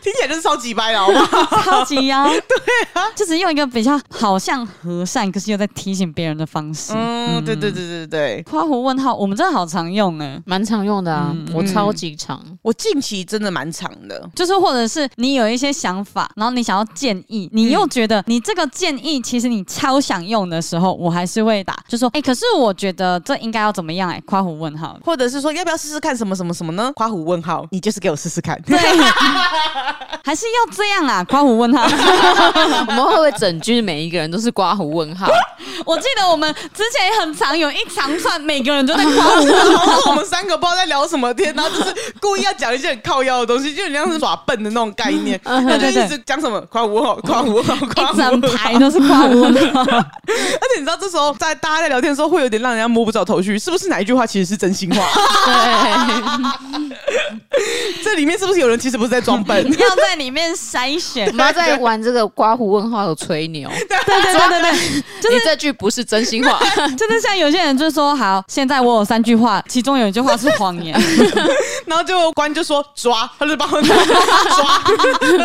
Speaker 2: 听起来就是超级掰了，好不好？
Speaker 1: 样超级呀， 对啊，就是用一个比较好像和善，可是又在提醒别人的方式。
Speaker 2: 嗯，对对对对对，
Speaker 1: 花胡问号，我们真的好常用哎、
Speaker 3: 蛮常用的啊，我
Speaker 2: 嗯
Speaker 3: 超级常。
Speaker 2: 我近期真的蛮长的，
Speaker 1: 就是或者是你有一些想法，然后你想要建议，你又觉得你这个建议其实你超想用的时候，我还是会打，就说哎、诶可是我觉得这应该要怎么样哎、夸胡问号。
Speaker 2: 或者是说要不要试试看什么什么什么呢？夸虎问号，你就是给我试试 看。
Speaker 1: 对， 还是要这样啊？夸胡问号。
Speaker 3: 我们会不会整句每一个人都是刮胡问 号？
Speaker 1: 我记得我们之前也很常有一长串，每个人都在夸 胡。
Speaker 2: 然后我们三个不知道在聊什么天，然后 就是故意要讲一些很靠腰的东西，就很像是耍笨的那种概念。
Speaker 1: 嗯
Speaker 2: 他就
Speaker 1: 对对
Speaker 2: 一直讲什么夸我好，夸我 好，夸
Speaker 1: 一
Speaker 2: 我
Speaker 1: 整
Speaker 2: 好。
Speaker 1: 排都是夸胡问号，
Speaker 2: 而且你知道，这时候在大家在聊天的时候，会有点让人家摸不着头绪，是不是哪一句话其实是真心话？
Speaker 3: 对，
Speaker 2: 这里面是不是有人其实不是在装 笨？
Speaker 1: 要在里面筛选
Speaker 3: 我。们要在玩这个刮胡问号的吹牛。
Speaker 1: 对对对对对，就是
Speaker 3: 你这句不是真心话，
Speaker 1: 就是像有些人就说，好，现在我有三句话，其中有一句话是谎言。
Speaker 2: 然后就官就说抓，他就把我 抓，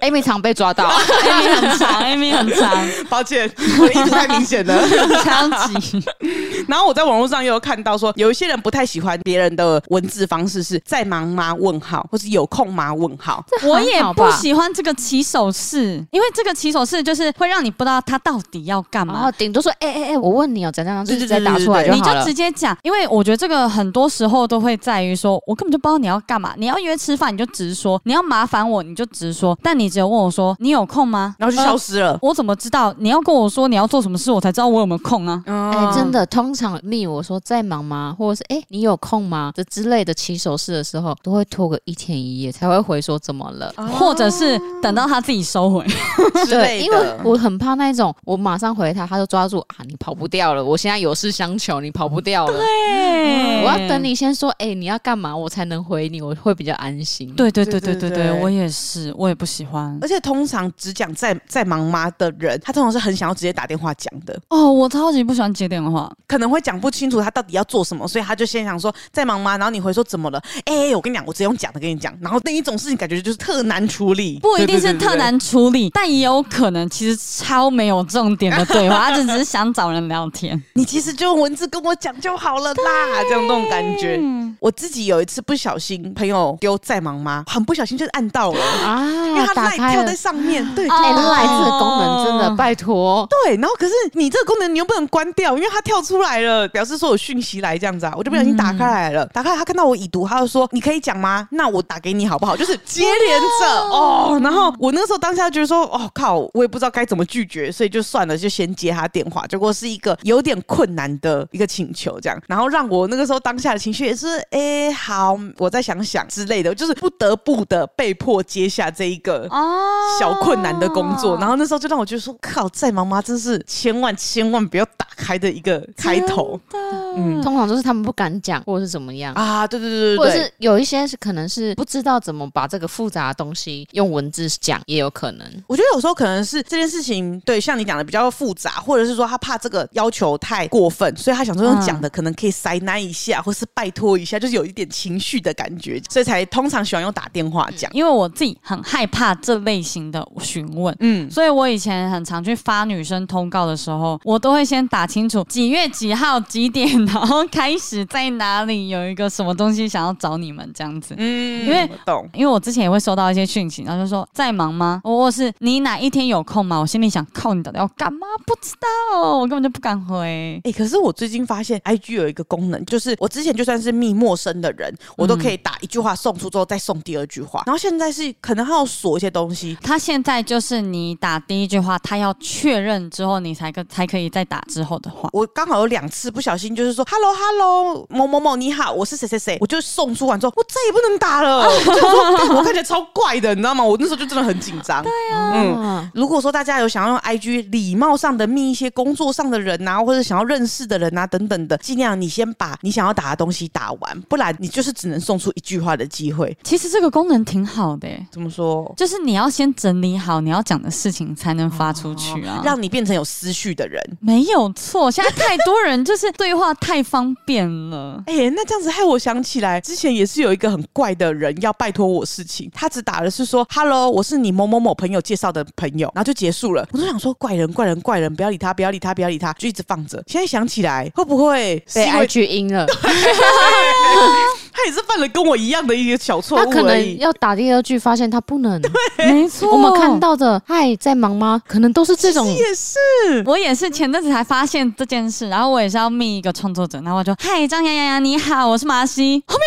Speaker 3: a m 常被抓到。
Speaker 1: Amy 很长，Amy 很长。
Speaker 2: 抱歉，我的意图太明显了。
Speaker 1: 枪击，
Speaker 2: 然后我在网络上也有看到说，有一些人不太喜欢别人的文字方式是在忙吗？问号，或是有空吗？问号。
Speaker 1: 我也
Speaker 3: 很好吧
Speaker 1: 不喜欢这个起手式，因为这个起手式就是会让你不知道他到底要干
Speaker 3: 然
Speaker 1: 嘛
Speaker 3: 后。顶多说，哎哎哎，我问你哦，怎样怎样，
Speaker 2: 对
Speaker 3: 就
Speaker 2: 对
Speaker 3: 直接打出来
Speaker 2: 对
Speaker 3: 就
Speaker 1: 你
Speaker 3: 好
Speaker 1: 就
Speaker 3: 了
Speaker 1: 直。接讲，因为我觉得这个很多时候都会在于说，我根本就不知道你要干嘛。你要约吃饭，你就直说；你要麻烦我，你就直说。但你只有问我说，你有空吗？
Speaker 2: 然后就消失了。
Speaker 1: 我怎么知道你要跟我说你要做什么事，我才知道我有没有空啊？
Speaker 2: 嗯
Speaker 3: 哎，真的，通常密我说在忙吗，或者是哎你有空吗这之类的起手式的时候，都会拖个一天一夜才会回说怎么了。
Speaker 1: 或者是等到他自己收回，
Speaker 2: 哦之类的，
Speaker 3: 因为我很怕那一种，我马上回他，他就抓住啊，你跑不掉了，我现在有事相求，你跑不掉了。
Speaker 1: 对
Speaker 3: 我要等。你先说，哎、你要干嘛，我才能回你，我会比较安心。，
Speaker 1: 对对对对
Speaker 2: 对
Speaker 1: 对
Speaker 2: 对
Speaker 1: 对，
Speaker 2: 对
Speaker 1: 我也是，我也不喜欢。
Speaker 2: 而且通常只讲在在忙吗的人，他通常是很想要直接打电话讲的，
Speaker 1: 哦，我超级不喜欢接电话。
Speaker 2: 可能会讲不清楚他到底要做什么，所以他就先想说在忙吗？然后你回说怎么了？哎、我跟你讲，我只用讲的跟你讲。然后那一种事情感觉就是特难处理，
Speaker 1: 不一定是
Speaker 2: 对对对对
Speaker 1: 特难处理，但也有可能其实超没有重点的对 话，他就只是想找人聊天。
Speaker 2: 你其实就用文字跟我讲就好了啦，这样那种感觉。我自己有一次不小心，朋友丢在忙吗？很不小心就是按到了，
Speaker 3: 啊，
Speaker 2: 因为他
Speaker 3: 打
Speaker 2: 赖
Speaker 3: 开
Speaker 2: 跳
Speaker 3: 了
Speaker 2: 在，上面，对，
Speaker 1: 哦
Speaker 3: 哎、赖这个功能真的，
Speaker 1: 哦
Speaker 3: 拜托。
Speaker 2: 对，然后可是你这个功能你又不能关掉，因为它跳出来了，表示说有讯息来这样子啊，我就不小心打开来了。打开来他看到我已读，他就说：“你可以讲吗？那我打给你好不好？”就是接连着哦。然后我那个时候当下觉得说：“哦靠，我也不知道该怎么拒绝，所以就算了，就先接他电话。”结果是一个有点困难的一个请求，这样，然后让我那个时候当下的情绪也是：“哎，好，我再想想之类的。”就是不得不的被迫接下这一个
Speaker 1: 哦
Speaker 2: 小困难的工作，
Speaker 3: 啊
Speaker 2: 然
Speaker 1: 后
Speaker 2: 后那时候就让我觉得说，靠，在妈妈真是千万千万不要打开的一个开头
Speaker 1: 嗯，
Speaker 3: 通常都是他们不敢讲，或者是怎么样。
Speaker 2: 啊！对对对
Speaker 3: 或
Speaker 2: 对
Speaker 3: 者
Speaker 2: 对，
Speaker 3: 是有一些是可能是不知道怎么把这个复杂的东西用文字讲，也有可能。
Speaker 2: 我觉得有时候可能是这件事情，对，像你讲的比较复杂，或者是说他怕这个要求太过分，所以他想说用
Speaker 1: 嗯
Speaker 2: 讲的可能可以塞奶一下，或是拜托一下，就是有一点情绪的感觉，所以才通常喜欢用打电话讲。
Speaker 1: 因为我自己很害怕这类型的询问。
Speaker 2: 嗯，
Speaker 1: 所以我以前很常去发女生通告的时候，我都会先打清楚几月几号几点，然后开始在哪里有一个什么东西想要找你们这样子。
Speaker 2: 嗯
Speaker 1: 因为
Speaker 2: 我懂，
Speaker 1: 因为我之前也会收到一些讯息，然后就说在忙吗？我或是你哪一天有空吗？我心里想，靠，你到底要干嘛？不知道，我根本就不敢回。
Speaker 2: 哎、可是我最近发现，IG 有一个功能，就是我之前就算是密陌生的人，我都可以打一句话送出之后再送第二句话。然后现在是可能还要锁一些东西，
Speaker 1: 他现在就是你打第一句话，他要确认之后，你才可才可以再打之后的话。
Speaker 2: 我刚好有两次不小心就是说 “hello hello 某某某你好，我是谁谁谁”，我就送出完之后，我再也不能打 了。我就说干我看起来超怪的，你知道吗？我那时候就真的很紧张。对啊，嗯。
Speaker 3: 嗯，
Speaker 2: 如果说大家有想要用 IG 礼貌上的密一些工作上的人啊，或者想要认识的人啊等等的，尽量你先把你想要打的东西打完，不然你就是只能送出一句话的机会。
Speaker 1: 其实这个功能挺好的、欸
Speaker 2: 怎么说？
Speaker 1: 就是你要先整理好你要讲的事情，才能发出去啊。
Speaker 3: 哦
Speaker 2: 让你变成有思绪的人。
Speaker 1: 没有错，现在太多人就是对话太方便 了。
Speaker 2: 哎、那这样子害我想起来，之前也是有一个很怪的人要拜托我事情，他只打的是说 “hello，我是你某某某朋友介绍的朋友”，然后就结束了。我都想说怪人，怪人，怪人，不要理他，不要理他，不要理他，就一直放着。现在想起来，会不会是
Speaker 3: 被
Speaker 2: 因为
Speaker 3: IG 阴 了，
Speaker 2: 他也是犯了跟我一样的一个小错
Speaker 3: 他可
Speaker 2: 误而已
Speaker 3: 能？要打第二句，发现他不能。
Speaker 1: 没错，
Speaker 3: 我们看。到的“嗨，在忙吗”，可能都是这种。
Speaker 2: 也是，
Speaker 1: 我也是前阵子才发现这件事，然后我也是要密一个创作者，然后我就嗨张洋洋洋你好，我是麻西，后面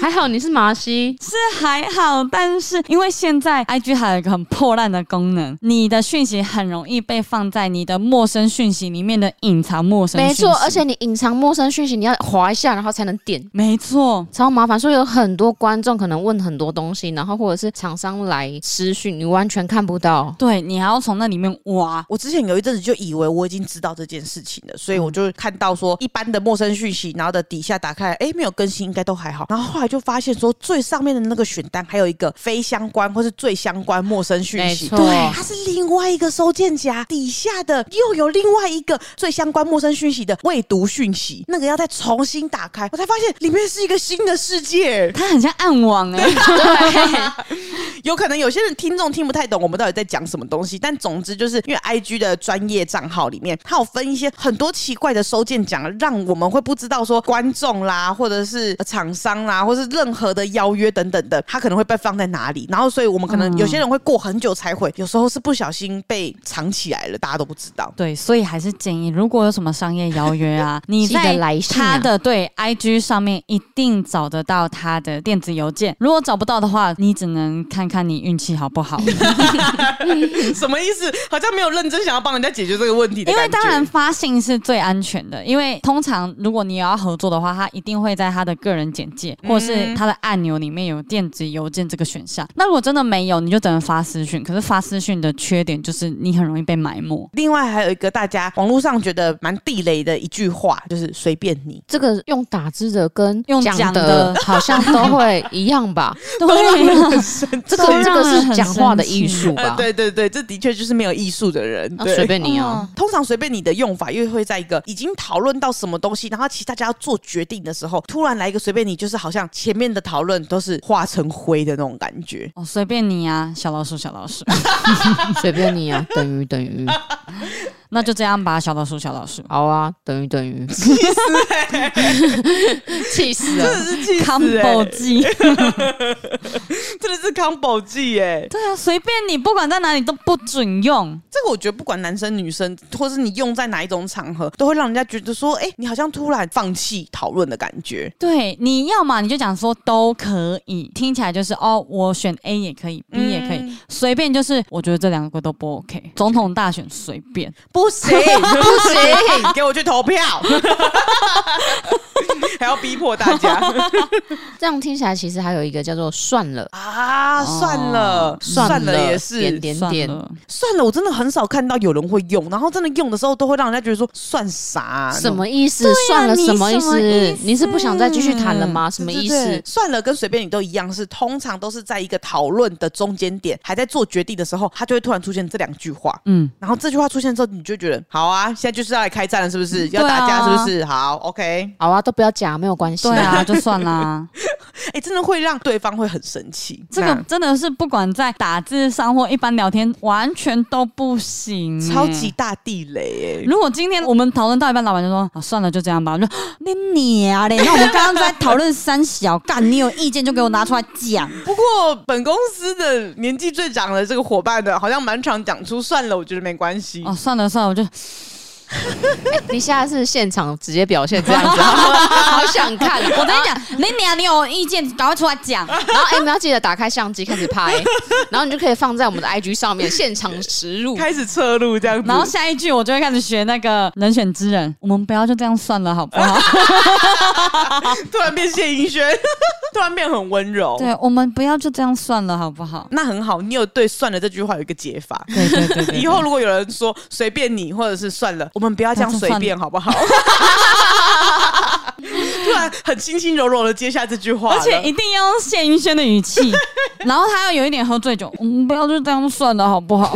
Speaker 3: 还好你是马来西，
Speaker 1: 是还好，但是因为现在 IG 还有一个很破烂的功能，你的讯息很容易被放在你的陌生讯息里面的隐藏陌生讯
Speaker 3: 没
Speaker 1: 息，
Speaker 3: 错，而且你隐藏陌生讯息，你要划一下，然后才能点。
Speaker 1: 没错，
Speaker 3: 超麻烦，所以有很多观众可能问很多东西，然后或者是厂商来私讯，你完全看不到。
Speaker 1: 对你还要从那里面挖，
Speaker 2: 我之前有一阵子就以为我已经知道这件事情了，所以
Speaker 3: 嗯
Speaker 2: 我就看到说一般的陌生讯息，然后的底下打开来，哎，没有更新，应该都还好。然后后来就发现说最上面的那个选单还有一个非相关或是最相关陌生讯息，
Speaker 3: 没错
Speaker 2: 对，它是另外一个收件夹底下的又有另外一个最相关陌生讯息的未读讯息，那个要再重新打开，我才发现里面是一个新的世界。
Speaker 1: 它很像暗网 哎、
Speaker 2: 有可能有些人听众听不太懂我们到底在讲什么东西，但总之就是因为 I G 的专业账号里面，它有分一些很多奇怪的收件奖，让我们会不知道说观众啦，或者是呃厂商啦，或是任何的邀约等等的，它可能会被放在哪里，然后所以我们可能有些人会过很久才回，有时候是不小心被藏起来了，大家都不知道。
Speaker 1: 对，所以还是建议，如果有什么商业邀约 啊，你
Speaker 3: 记得
Speaker 1: 在
Speaker 3: 来信啊
Speaker 1: 他的对 IG 上面一定找得到他的电子邮件。如果找不到的话，你只能看看你运气好不 好。
Speaker 2: 什么意思？好像没有认真想要帮人家解决这个问题的
Speaker 1: 因为
Speaker 2: 感觉。
Speaker 1: 当然发信是最安全的，因为通常如果你有要合作的话，他一定会在他的个人简介
Speaker 2: 嗯
Speaker 1: 或是他的按钮里面有电子邮件这个选项。那如果真的没有，你就只能发私讯。可是发私讯的缺点就是你很容易被埋 没。
Speaker 2: 另外还有一个大家网络上觉得蛮地雷的一句话，就是随便你。
Speaker 3: 这个用打字的跟
Speaker 1: 用
Speaker 3: 讲
Speaker 1: 讲
Speaker 3: 的
Speaker 1: 的
Speaker 3: 好像都会一样吧？
Speaker 1: 对、啊，
Speaker 3: 这个
Speaker 1: 都让
Speaker 3: 这个
Speaker 1: 人
Speaker 3: 是
Speaker 1: 很
Speaker 3: 讲话的
Speaker 1: 生气
Speaker 3: 艺术
Speaker 2: 呃，
Speaker 3: 吧？
Speaker 2: 对对对，这的确就是没有艺术的人，
Speaker 3: 啊
Speaker 2: 对
Speaker 3: 随。便你啊。
Speaker 2: 通常随便你的用法，又会在一个已经讨论到什么东西，然后其实大家要做决定的时候，突然来一个随便你，就是好像前面的讨论都是化成灰的那种感 觉。
Speaker 1: 哦，随便你啊，小老鼠，小老鼠，
Speaker 3: 随便你啊，等于等 于，
Speaker 1: 那就这样吧，小老鼠，小老鼠
Speaker 3: 好啊，等于等于，欸气死啊
Speaker 2: 真
Speaker 3: 了！
Speaker 2: 的是气死、
Speaker 1: ，combo
Speaker 2: 欸，
Speaker 1: 技，
Speaker 2: 真的是 combo 技哎、
Speaker 1: 对啊，随便你，不管在哪里都不准用。
Speaker 2: 这个我觉得不管男生女生，或是你用在哪一种场合，都会让人家觉得说，哎、你好像突然放弃讨论的感觉。
Speaker 1: 对，你要嘛你就讲说都可以，听起来就是哦，我选 A 也可以，B 也可以，
Speaker 2: 嗯
Speaker 1: 随便就是，我觉得这两个都不 OK。总统大选随便，
Speaker 2: 不行不行，给我去投票， 还要逼迫大家
Speaker 3: 这样听起来，其实还有一个叫做“算了
Speaker 2: 啊！算了，
Speaker 3: 哦算了
Speaker 2: 也
Speaker 3: 点
Speaker 2: 是
Speaker 1: 算
Speaker 3: 点
Speaker 1: 了，
Speaker 2: 算了，我真的很少看到有人会用，然后真的用的时候都会让人家觉得说算啥啊”，
Speaker 3: 什么意思？算了，
Speaker 1: 你
Speaker 3: 什么意
Speaker 1: 什么
Speaker 3: 思
Speaker 1: 意？
Speaker 3: 你是不想再继续谈了吗？
Speaker 2: 嗯
Speaker 3: 啊什么
Speaker 2: 对
Speaker 3: 意
Speaker 2: 对对
Speaker 3: 思？
Speaker 2: 算了，跟随便你都一样，是通常都是在一个讨论的中间点，还在做决定的时候，他就会突然出现这两句话。
Speaker 1: 嗯，
Speaker 2: 然后这句话出现之后，你就觉得好啊，现在就是要来开战了，是不是？要
Speaker 1: 对啊
Speaker 2: 打架是不是？好，OK。
Speaker 3: 啊好啊，都不要讲，没有关 系。
Speaker 1: 对啊，就算啦。
Speaker 2: 哎，真的会让对方会很生气。
Speaker 1: 这个真的是不管在打字上或一般聊天，完全都不行、
Speaker 3: 嗯
Speaker 2: 那超级。大地雷哎、
Speaker 1: 如果今天我们讨论到一半，老板就说：“啊，算了，就这样吧。”我就你你啊嘞！那我们刚刚在讨论三小，干，你有意见就给我拿出来讲。
Speaker 2: 不过本公司的年纪最长的这个伙伴的，好像蛮常讲出算了，我觉得没关系。
Speaker 1: 哦，算了算了，我就
Speaker 3: 你下次现场直接表现这样子， 好想看。
Speaker 1: 我跟你讲，你你啊，你有意见赶快出来讲。
Speaker 3: 然后哎，你们要记得打开相机开始 拍，然后你就可以放在我们的 IG 上面现场植入。
Speaker 2: 开始侧录这样子，
Speaker 1: 然后下一句我就会开始学那个人选之人，啊我们不要就这样算了，好不好？
Speaker 2: 突然变谢盈 萱，突然变很温柔。
Speaker 1: 对，我们不要就这样算了，好不好？
Speaker 2: 那很好，你有对“算了”这句话有一个解法。
Speaker 1: 对对对对
Speaker 2: 以后如果有人说随便你，或者是算了，我们不要这样随便，好 不好？突然很轻轻柔柔的接下这句话了，
Speaker 1: 而且一定要用谢云轩的语气， 然后他要有一点喝醉酒，我们不要就这样算了，好不好？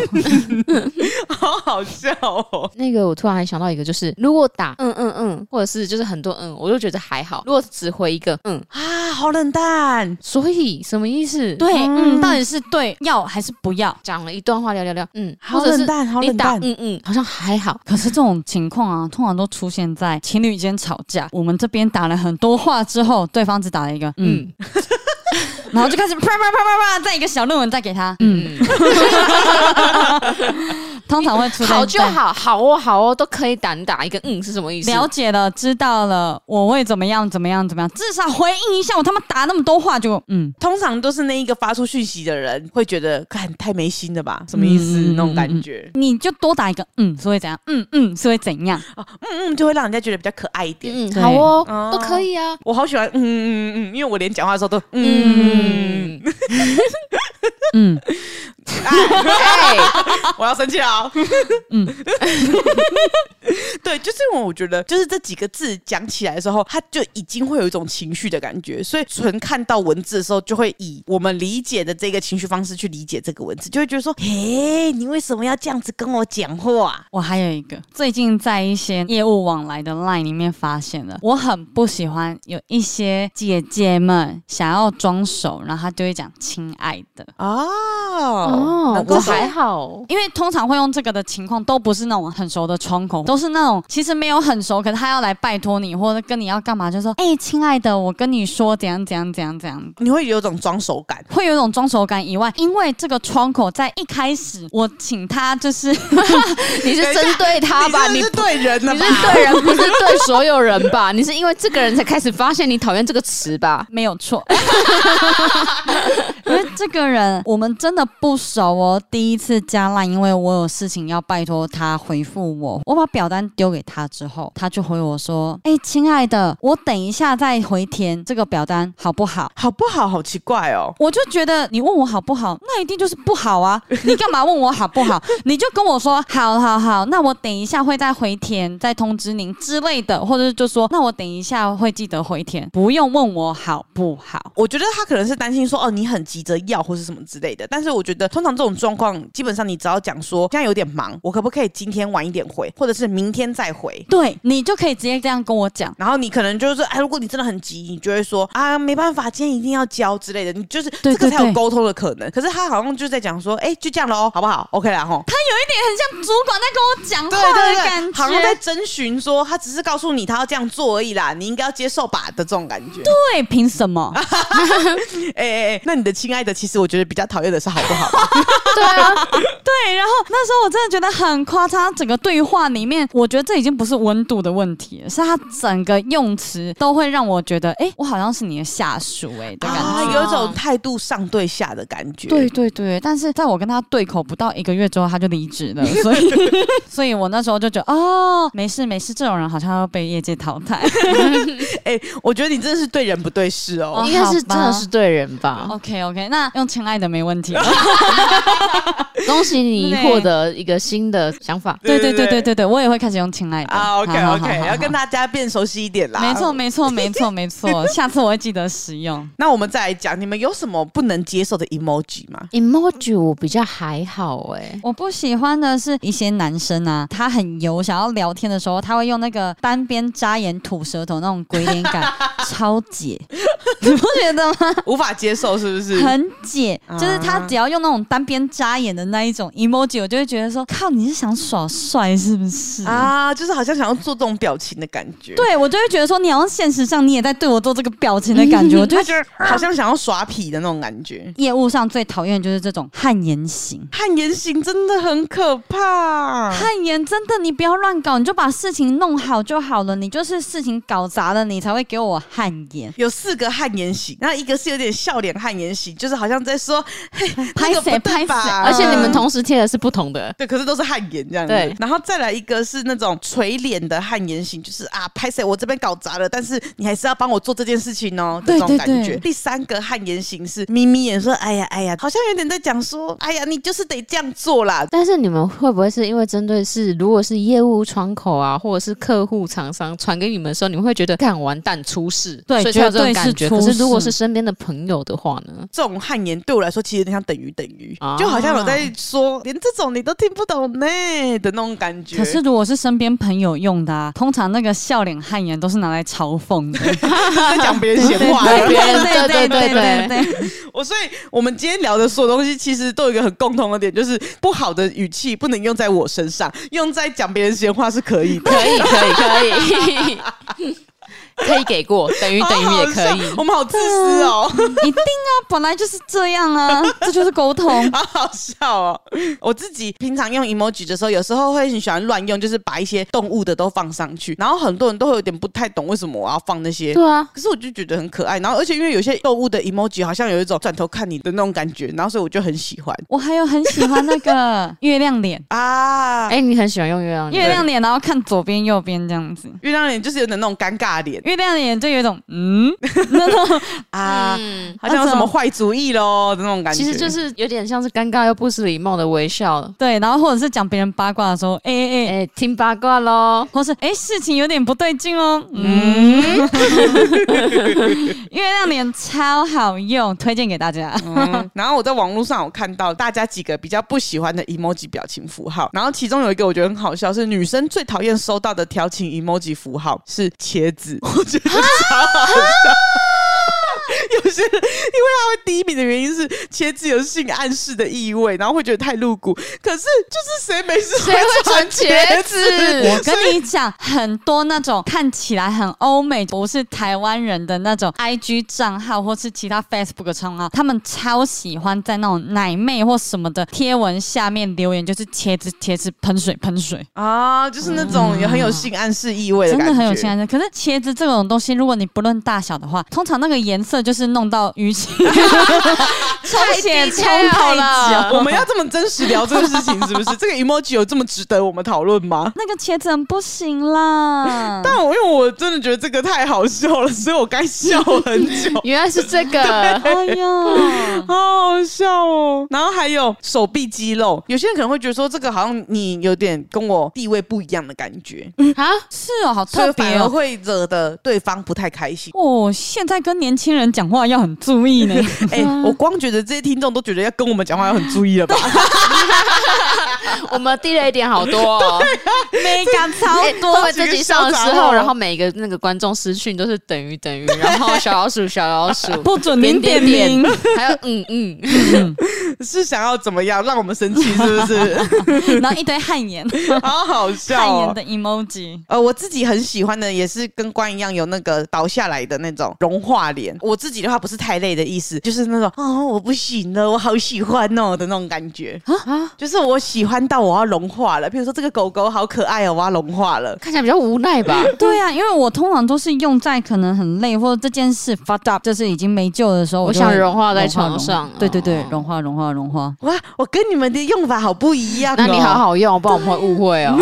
Speaker 2: 好好笑哦。
Speaker 3: 那个我突然还想到一个，就是如果打嗯嗯嗯，或者是就是很多嗯，我就觉得还好。如果只回一个嗯，
Speaker 2: 啊，好冷淡，
Speaker 3: 所以什么意思？
Speaker 1: 对，嗯，到底是对要还是不要？
Speaker 3: 讲了一段话聊聊聊，嗯，
Speaker 2: 好
Speaker 3: 或者是
Speaker 2: 冷淡好冷
Speaker 3: 你打
Speaker 2: 淡
Speaker 3: 嗯嗯，好像还好。
Speaker 1: 可是这种情况啊，通常都出现在情侣间吵架，我们这边打了很多话之后，对方只打了一个嗯，
Speaker 3: 嗯
Speaker 1: 然后就开始啪啪啪啪啪，再一个小论文再给他，嗯，
Speaker 3: 嗯，
Speaker 1: 通常会出现
Speaker 3: 好就
Speaker 1: 在
Speaker 3: 好，好哦好哦，都可以打你打一个嗯是什么意思？
Speaker 1: 了解了，知道了，我会怎么样，怎么样，怎么样，至少回应一下。我他妈打那么多话就，嗯，
Speaker 2: 通常都是那一个发出讯息的人会觉得，看太没心了吧？什么意思？
Speaker 1: 嗯
Speaker 2: 那种感觉，
Speaker 1: 你就多打一个，嗯，是会怎样？嗯嗯，是会怎样？
Speaker 2: 嗯嗯，就会让人家觉得比较可爱一点。
Speaker 3: 嗯，
Speaker 1: 对
Speaker 3: 好
Speaker 2: 哦
Speaker 3: 哦，都可以啊。
Speaker 2: 我好喜欢，嗯嗯嗯嗯，因为我连讲话的时候都，嗯，
Speaker 3: 嗯，
Speaker 1: 嗯，
Speaker 3: 哎，
Speaker 2: 嗯我要生气了、哦。
Speaker 1: 嗯，
Speaker 2: 嗯 对，就是因为我觉得，就是这几个字讲起来的时候，它就已经会有一种情绪的感觉，所以纯看到文字的时候，就会以我们理解的这个情绪方式去理解这个文字，就会觉得说，嘿，你为什么要这样子跟我讲话？
Speaker 1: 我还有一个，最近在一些业务往来的 LINE 里面发现了，我很不喜欢有一些姐姐们想要装熟，然后她就会讲“亲爱的”。
Speaker 2: 啊哦，
Speaker 3: 哦
Speaker 2: 能，够
Speaker 3: 我
Speaker 2: 懂
Speaker 3: 还好。
Speaker 1: 因为通常会用这个的情况，都不是那种很熟的窗口，都是那种其实没有很熟，可是他要来拜托你，或者跟你要干嘛，就说：“哎、亲爱的，我跟你说怎样怎样怎样怎样。”
Speaker 2: 你会有种装熟感。
Speaker 1: 会有一种装熟感以外，因为这个窗口在一开始，我请他就是
Speaker 3: 你是针对他吧？
Speaker 2: 你
Speaker 3: 你
Speaker 2: 真的是对人了
Speaker 3: 你
Speaker 2: 吧？
Speaker 3: 是对人，不是对所有人吧？ 你是因为这个人才开始发现你讨厌这个词吧？
Speaker 1: 没有错， 因为这个人我们真的不熟哦。第一次加烂，因为我有事情要拜托他回复我，我把表单丢给他之后，他就回我说：“哎、亲爱的，我等一下再回填这个表单，好不好？”
Speaker 2: 好不好？好奇怪哦。
Speaker 1: 我就觉得你问我好不好，那一定就是不好啊！你干嘛问我好不好？你就跟我说好好好，那我等一下会再回填，再通知您之类的，或者是就说那我等一下会记得回填，不用问我好不好。
Speaker 2: 我觉得他可能是担心说，哦，你很急着要或是什么之类的。但是我觉得通常这种状况，基本上你只要讲说现在有点忙，我可不可以今天晚一点回，或者是明天再回。
Speaker 1: 对你就可以直接这样跟我讲，
Speaker 2: 然后你可能就是，哎，如果你真的很急，你就会说啊，没办法，今天一定要交之类的，你就是
Speaker 1: 对
Speaker 2: 这个
Speaker 1: 对
Speaker 2: 才有
Speaker 1: 对
Speaker 2: 沟通的可能。可是他好像就在讲说，哎，就这样喽，好不好？OK 啦，吼。
Speaker 1: 他有一点很像主管在跟我讲
Speaker 2: 对
Speaker 1: 话的
Speaker 2: 对对，
Speaker 1: 感觉，
Speaker 2: 好像在征询说，他只是告诉你他要这样做而已啦，你应该要接受吧的这种感觉。
Speaker 1: 对，凭什 么？
Speaker 2: 哎哎哎，那你的亲爱的，其实我觉得比较讨厌的是好不好？
Speaker 3: 对啊，
Speaker 1: 对，然后那时候我真的觉得很夸张，整个对话里面，我觉得这已经不是温度的问题了，是他整个用词都会让我觉得，哎、我好像是你的下属、诶哎的感
Speaker 2: 啊，
Speaker 1: 觉。
Speaker 2: 有一种态度上对下的感觉。
Speaker 1: 对，对对，但是在我跟他对口不到一个月之后，他就离职了，所 以，所以我那时候就觉得，哦，没事没事，这种人好像要被业界淘汰。
Speaker 2: 哎、我觉得你真的是对人不对事哦。
Speaker 1: 哦
Speaker 3: 应该是
Speaker 1: 好吧
Speaker 3: 真的是对人吧？
Speaker 1: OK OK，那用亲爱的没问题了。
Speaker 3: 恭喜你获得一个新的想法。
Speaker 1: 对对对对对对，我也会会开始用亲爱的
Speaker 2: 啊，OK
Speaker 1: 好好好
Speaker 2: OK，
Speaker 1: 好
Speaker 2: 要跟
Speaker 1: 好
Speaker 2: 大家变熟悉一点啦。
Speaker 1: 没错，没错，没错，没错，下次我会记得使用。
Speaker 2: 那我们再来讲，你们有什么不能接受的 emoji 吗？
Speaker 3: emoji 我比较还好哎、
Speaker 1: 我不喜欢的是一些男生啊，他很油，想要聊天的时候，他会用那个单边扎眼、吐舌头那种鬼脸感，超解，你不觉得吗？
Speaker 2: 无法接受是不是？
Speaker 1: 很解，
Speaker 2: 啊
Speaker 1: 就是他只要用那种单边扎眼的那一种 emoji，我就会觉得说，靠，你是想耍帅是不是？
Speaker 2: 啊，就是好像想要做这种表情的感觉。，
Speaker 1: 对，我就会觉得说，你好像现实上你也在对我做这个表情的感觉，我就
Speaker 2: 他
Speaker 1: 会
Speaker 2: 觉得好像想要耍痞的那种感觉。
Speaker 1: 业务上最讨厌的就是这种汗颜型。
Speaker 2: 汗颜型真的很可怕。
Speaker 1: 汗颜真的，你不要乱搞，你就把事情弄好就好了。你就是事情搞砸了，你才会给我汗 颜。
Speaker 2: 有四个汗颜型，那一个是有点笑脸汗颜型，就是好像在说
Speaker 1: 拍
Speaker 2: 那个
Speaker 1: 谁
Speaker 2: 不
Speaker 1: 拍谁，
Speaker 2: 对吧
Speaker 3: 而且你们同时贴的是不同的，
Speaker 2: 对，可是都是汗颜这样子。
Speaker 3: 对
Speaker 2: 然后再来一个是那种垂脸的汗颜型，就是啊，拍谁我这边搞砸了，但是你还是要帮我做这件事情哦，
Speaker 1: 对
Speaker 2: 这种感觉。
Speaker 1: 对对
Speaker 2: 第三个汗颜型是眯眯眼说，哎呀哎呀，好像有点在讲说，哎呀，你就是得这样做啦。
Speaker 3: 但是你们会不会是因为针对是如果是业务窗口啊，或者是客户厂商传给你们的时候，你们会觉得干完蛋出事，
Speaker 1: 对
Speaker 3: 所以才有这种
Speaker 1: 绝对是
Speaker 3: 感觉。
Speaker 1: 出
Speaker 3: 可是如果
Speaker 1: 事
Speaker 3: 是身边的朋友的话呢？
Speaker 2: 这种汗颜对我来说其实有点像等于等于，
Speaker 3: 啊
Speaker 2: 就好像我在说连这种你都听不懂呢的那种感觉。
Speaker 1: 可是如果是身边朋友用的、啊，通常那个笑脸汗颜都是拿来嘲讽的，
Speaker 2: 在讲别人闲话
Speaker 3: 对
Speaker 2: 的
Speaker 3: 对。别人对对
Speaker 1: 对对对，
Speaker 2: 我所以我们今天聊的所有东西，其实都有一个很共同的点，就是不好的语气不能用在我身上，用在讲别人闲话是可 以的。
Speaker 3: 可以，可以，可以， 可以给过，等于等于也可
Speaker 2: 好好笑
Speaker 3: 以。
Speaker 2: 我们好自私哦，
Speaker 1: 一定啊，本来就是这样啊，这就是沟通。
Speaker 2: 好好笑哦。我自己平常用 emoji 的时候，有时候会很喜欢乱用，就是把一些动物的都放上去，然后很多人都会有点不太懂为什么我要放那 些
Speaker 3: 对啊，
Speaker 2: 可是我就觉得很可爱，然后而且因为有些动物的 emoji 好像有一种转头看你的那种感觉，然后所以我就很喜欢
Speaker 1: 我还有很喜欢那个 月亮脸，
Speaker 2: 啊。
Speaker 3: 哎、你很喜欢用月亮脸，
Speaker 1: 月亮脸，然后看左边右边这样子。
Speaker 2: 月亮脸就是有点那种尴尬脸
Speaker 1: 月亮脸就有一种嗯，那种
Speaker 2: 啊，
Speaker 3: 嗯，
Speaker 2: 好像有什么坏主意喽的那种感觉。
Speaker 3: 其实就是有点像是尴尬又不失礼貌的微笑。
Speaker 1: 对，然后或者是讲别人八卦的时候，哎哎哎，
Speaker 3: 哎、听八卦喽，
Speaker 1: 或是哎、诶事情有点不对劲哦，嗯， 月亮脸超好用，推荐给大家。
Speaker 2: 嗯然后我在网络上有看到大家几个比较不喜欢的 emoji 表情符号，然后其中有一个我觉得很好笑，是女生最讨厌收到的调情 emoji 符号是茄子， 我觉得超好笑。有些人因为他会第一名的原因是茄子有性暗示的意味，然后会觉得太露骨。可是就是谁没事
Speaker 3: 谁会传茄
Speaker 2: 子？
Speaker 3: 子？，
Speaker 1: 我跟你讲，很多那种看起来很欧美，不是台湾人的那种 IG 账号或是其他 Facebook 账号，他们超喜欢在那种奶妹或什么的贴文下面留言，就是茄子茄子喷水喷水，
Speaker 2: 啊，就是那种有很有性暗示意味的
Speaker 1: 真
Speaker 2: 感觉，
Speaker 1: 的很有性暗示。可是茄子这种东西，如果你不论大小的话，通常那个颜色就是弄到淤 青，充血充太久。
Speaker 2: 我们要这么真实聊这个事情，是 不是？这个 emoji 有这么值得我们讨论吗？
Speaker 1: 那个茄子很不行啦，。
Speaker 2: 但我因为我真的觉得这个太好笑了，所以我该笑很久
Speaker 3: 原来是这 个
Speaker 1: 哎呀，
Speaker 2: 好好笑哦。然后还有手臂肌肉，有些人可能会觉得说这个好像你有点跟我地位不一样的感觉，
Speaker 3: 啊，
Speaker 1: 是哦，好
Speaker 2: 所以
Speaker 1: 特别
Speaker 2: 反而
Speaker 1: 哦。。
Speaker 2: 会惹得对方不太开 心
Speaker 1: 哦，现在跟年轻人讲话要很注意 呢。
Speaker 2: 哎、我光觉得这些听众都觉得要跟我们讲话要很注意了 吧？
Speaker 3: 我们低了一点好多、 哦，
Speaker 1: mega 超
Speaker 3: 哎
Speaker 1: 多
Speaker 3: 会不会这集上的时
Speaker 2: 几个小杂货
Speaker 3: 候，然后每个那个观众私讯都是等于等于，然后小老鼠小老 鼠，
Speaker 1: 不准零点零，，
Speaker 3: 还有嗯嗯，
Speaker 2: 是想要怎么样让我们生气，是不 是？
Speaker 1: 然后一堆汗颜
Speaker 2: 好好
Speaker 1: 汗
Speaker 2: 笑、
Speaker 1: 颜
Speaker 2: 哦
Speaker 1: 的。emoji。
Speaker 2: 呃，我自己很喜欢的也是跟关一样有那个倒下来的那种融化脸。我自己的话不是太累的意思，就是那种哦，我不行了，我好喜欢哦的那种感觉啊，就是我喜欢到我要融化了。譬如说这个狗狗好可爱哦，我要融化了。
Speaker 3: 看起来比较无奈 吧？
Speaker 1: 对啊，因为我通常都是用在可能很累或者这件事 fucked up，就是已经没救的时候，
Speaker 3: 我
Speaker 1: 就
Speaker 3: 想
Speaker 1: 会
Speaker 3: 融化在
Speaker 1: 融
Speaker 3: 床
Speaker 1: 融
Speaker 3: 上
Speaker 1: 对对对
Speaker 3: 哦，
Speaker 1: 融化融花融化。
Speaker 2: 哇，我跟你们的用法好不一样、哦。
Speaker 3: 那你好，好用，不然我们会误会 哦。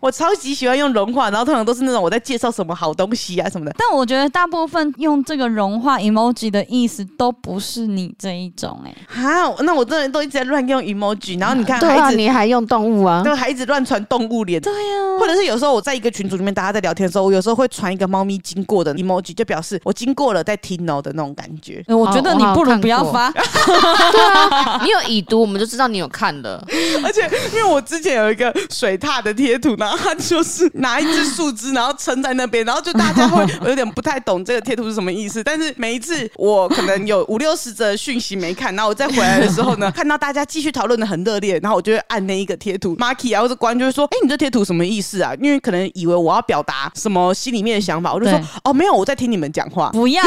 Speaker 2: 我超级喜欢用融化，然后通常都是那种我在介绍什么好东西啊什么的。
Speaker 1: 但我觉得大部分用这个融化 emoji 的意思都不是你这一种哎、
Speaker 2: 哈，那我真的都一直在乱用 emoji，然后你看
Speaker 3: 对啊，
Speaker 2: 孩子，
Speaker 3: 你还用动物啊？
Speaker 2: 对孩子乱传动物脸。
Speaker 1: 对呀、
Speaker 2: 或者是有时候我在一个群组里面，大家在聊天的时候，我有时候会传一个猫咪经过的 emoji，就表示我经过了在听哦的那种感觉。
Speaker 1: 呃我觉得你不如不要 发，
Speaker 3: 对啊，你有已读，我们就知道你有看的。
Speaker 2: 而且因为我之前有一个水獭的贴图，然后它就是拿一只树枝，然后撑在那边，然后就大家会 我有点不太懂这个贴图是什么意思。但是每一次我可能有五六十则讯息没看，然后我再回来的时 候呢，看到大家继续讨论的很热烈，然后我就会按那一个贴图，Marky 啊或者关就会说：“哎、你这贴图什么意思啊？”因为可能以为我要表达什么心里面的想法，我就说
Speaker 1: 对：“
Speaker 2: 哦，没有，我在听你们讲话。”
Speaker 1: 不要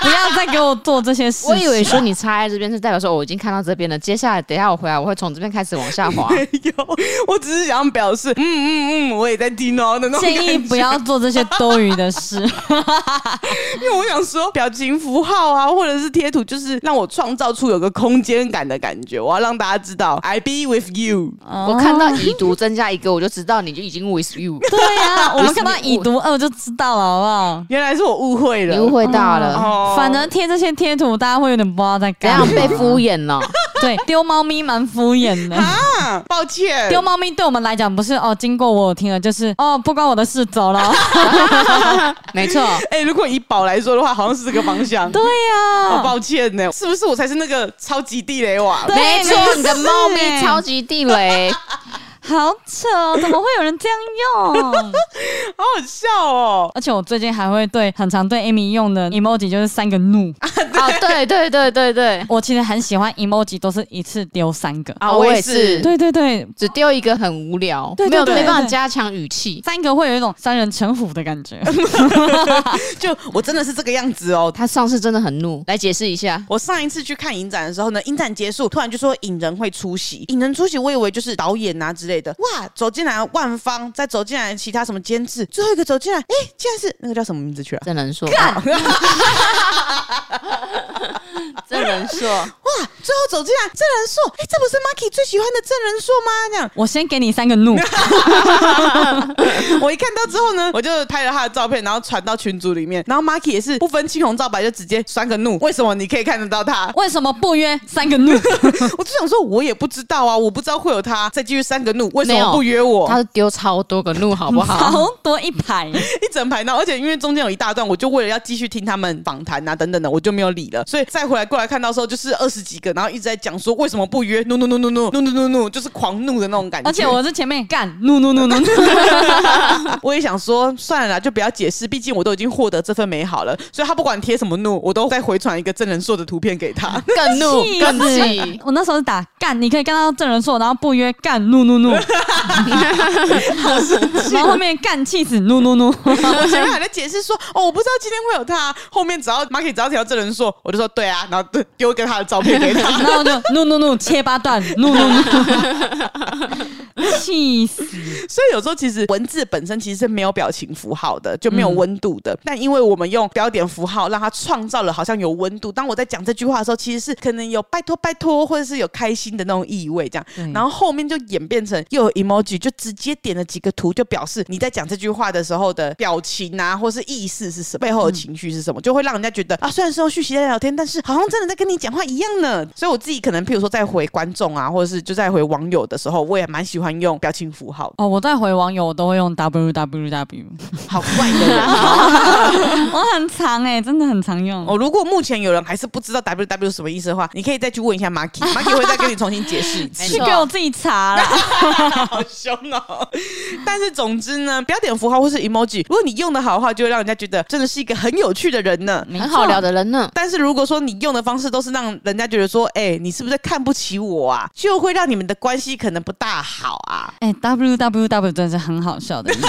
Speaker 1: 不要再给我做这些事情。
Speaker 3: 我以为说你插在这边是代表说我已经看到这边了，接下来等一下我回来我会从这边开始往下滑。
Speaker 2: 没有，我只是想表示，嗯嗯嗯，我也在听哦的那种 感
Speaker 1: 建
Speaker 2: 觉。
Speaker 1: 议不要做这些多余的事。
Speaker 2: 因为我想说，表情符号啊，或者是贴图，就是让我创造出有个空间感的感觉。我要让大家知道，I be with you。
Speaker 1: 哦
Speaker 3: 我看到已读增加一个，我就知道你就已经 with you，
Speaker 1: 对啊呀、我们看到已读二就知道了，好不好？
Speaker 2: 原来是我误会
Speaker 3: 你
Speaker 2: 了，
Speaker 3: 误会大了，
Speaker 2: 嗯哦
Speaker 1: 反正贴这些贴图，大家会有点不知道在
Speaker 3: 怎
Speaker 1: 干
Speaker 3: 样
Speaker 1: 嘛。
Speaker 3: 被敷衍了？
Speaker 1: 对，丢猫咪蛮敷衍的。
Speaker 2: 啊，抱歉
Speaker 1: 丢。猫咪对我们来讲不是哦，经过我有听了就是哦，不关我的事，走了。
Speaker 3: 没错，
Speaker 2: 哎、如果以宝来说的话，好像是这个方向。
Speaker 1: 对呀、
Speaker 2: 好抱歉呢、是不是我才是那个超级地雷王？
Speaker 1: 对
Speaker 3: 没错，
Speaker 1: 没
Speaker 3: 你的猫咪
Speaker 1: 事
Speaker 3: 超级地雷，
Speaker 1: 好扯哦，怎么会有人这样用？
Speaker 2: 好好笑哦！
Speaker 1: 而且我最近还会对很常对 Amy 用的 emoji 就是三个怒。
Speaker 3: 哦，对对对对对，哦
Speaker 1: 我其实很喜欢 emoji，都是一次丢三个。
Speaker 2: 啊我也是
Speaker 1: 对对对，
Speaker 3: 只丢一个很无聊，
Speaker 1: 对对
Speaker 3: 没有
Speaker 1: 对
Speaker 3: 没办法
Speaker 1: 对
Speaker 3: 加强语气。
Speaker 1: 三个会有一种三人成虎的感觉。
Speaker 2: 就我真的是这个样子哦。
Speaker 3: 他上次真的很怒，来解释一下。
Speaker 2: 我上一次去看影展的时候呢，影展结束，突然就说影人会出席，影人出席，我以为就是导演啊之类的。哇，走进来万方，再走进来其他什么监制，最后一个走进来，哎、竟然是那个叫什么名字去啊了、
Speaker 3: 郑人硕， 郑人硕，
Speaker 2: 哇，最后走进来郑仁硕，哎、这不是 Marky 最喜欢的郑仁硕吗？这样，
Speaker 1: 我先给你三个怒，
Speaker 2: 我一看到之后呢，我就拍了他的照片，然后传到群组里面，然后 Marky 也是不分青红皂白就直接酸个怒，为什么你可以看得到他？
Speaker 1: 为什么不约三个怒？
Speaker 2: 我就想说，我也不知道啊，我不知道会有他，再继续三个怒，为什
Speaker 3: 没有
Speaker 2: 么不约我？
Speaker 3: 他是丢超多个怒，好不 好？
Speaker 1: 好多一排。
Speaker 2: 一整排，然后而且因为中间有一大段，我就为了要继续听他们访谈啊等等的，我就没有理了。所以再回来过来看到的时候，就是二十几个，然后一直在讲说为什么不约，no no no no no no no no no，就是狂怒的那种感觉。
Speaker 1: 而且我是前面干怒怒怒怒怒，
Speaker 2: 我也想说，算了啦，就不要解释，毕竟我都已经获得这份美好了。所以他不管贴什么怒，我都再回传一个真人硕的图片给他。
Speaker 3: 更怒，
Speaker 1: 气
Speaker 3: 更
Speaker 1: 死
Speaker 3: 哦气。
Speaker 1: 我那时候是打干，你可以看到郑人硕，然后不约干怒 怒怒，然后后面干气死怒怒怒。
Speaker 2: 我前面还在解释说，哦，我不知道今天会有他。后面只要 Marky 只要提到真人硕，我就说对啊，然后丢丢一个他的照片给他。
Speaker 1: 然后我就怒怒怒切八段，怒怒怒，气死！
Speaker 2: 所以有时候其实文字本身其实是没有表情符号的，就没有温度的。但因为我们用标点符号，让它创造了好像有温度。当我在讲这句话的时候，其实是可能有拜托拜托，或者是有开心的那种意味，这样。然后后面就演变成又有 emoji，就直接点了几个图，就表示你在讲这句话的时候的表情啊，或是意思是什么，背后的情绪是什么，就会让人家觉得啊，虽然是用讯息在聊天，但是好像真的在跟你讲话一样呢。所以我自己可能，譬如说在回观众啊，或者是就在回网友的时候，我也蛮喜欢用表情符号的。
Speaker 1: 哦，我在回网友我都会用 W W W，
Speaker 2: 好怪的人。
Speaker 1: 我很常哎、真的很常用。
Speaker 2: 哦，如果目前有人还是不知道 W W 什么意思的话，你可以再去问一下 Marky，Marky 会再跟你重新解释一次。
Speaker 1: 去给我自己查啦。
Speaker 2: 好凶哦！ 但是总之呢，标点符号或是 emoji，如果你用的好的话，就会让人家觉得真的是一个很有趣的人呢。
Speaker 1: 没错
Speaker 3: 很好聊的人呢，
Speaker 2: 但是如果说你用的方式都是让人家觉得说，哎、你是不是在看不起我啊？就会让你们的关系可能不大好啊！
Speaker 1: 哎、w W W 真的是很好笑的意思。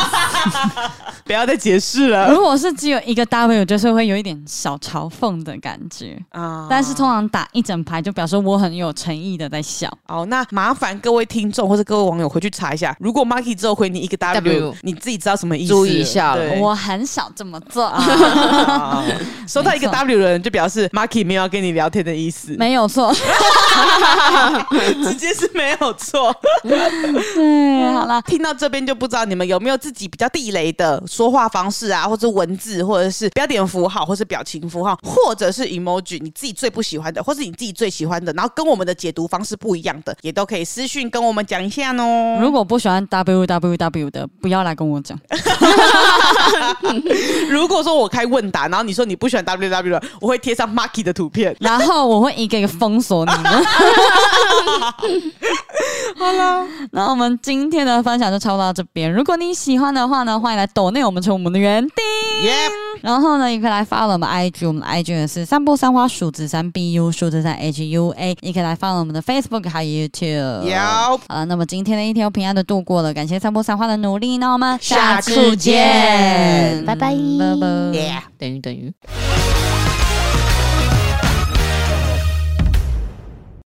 Speaker 2: 不要再解释了
Speaker 1: 如果是只有一个 W，就是会有一点小嘲讽的感觉。
Speaker 2: 啊！
Speaker 1: 但是通常打一整排，就表示我很有诚意的在笑。
Speaker 2: 好，那麻烦各位听众或是各位网友回去查一下，如果 Marky 之后回你一个 W，,
Speaker 3: W
Speaker 2: 你自己知道什么意思，
Speaker 3: 注意一下了
Speaker 2: 对
Speaker 1: 我很少这么做，
Speaker 2: 啊收到一个
Speaker 1: 没错
Speaker 2: W 的人，就表示 Marky 没有要跟你聊天的意思。
Speaker 1: 没有错。
Speaker 2: 直接是没有错。
Speaker 1: 对，好啦，
Speaker 2: 听到这边就不知道你们有没有自己比较地雷的说话方式啊，或者文字，或者是标点符号，或是表情符号，或者是 emoji，你自己最不喜欢的，或是你自己最喜欢的，然后跟我们的解读方式不一样的，也都可以私讯跟我们讲一下哦。
Speaker 1: 如果不喜欢 W W W 的，不要来跟我 讲。
Speaker 2: 如果说我开问答，然后你说你不喜欢 W W，我会贴上 Marky 的图片。
Speaker 1: 然后我会一个一个封锁你 们。
Speaker 2: 好啦，
Speaker 1: 然后我们今天的分享就差不多到这边。如果你喜欢的话呢，欢迎来抖内我们成为我们的园丁。
Speaker 2: 耶、
Speaker 1: 然后呢，也可以来 follow 我们 IG，我们的 IG 也是三步三花数字三 BU 数字三 HUA，也可以来 follow 我们的 Facebook 还有 YouTube。
Speaker 2: Yep
Speaker 1: 好了，那么今天的一天又平安的度过了，感谢三步三花的努力，那我们
Speaker 2: 下次见
Speaker 3: 拜拜
Speaker 1: 拜拜。
Speaker 2: Yeah
Speaker 3: 哎等于等于。
Speaker 2: 耶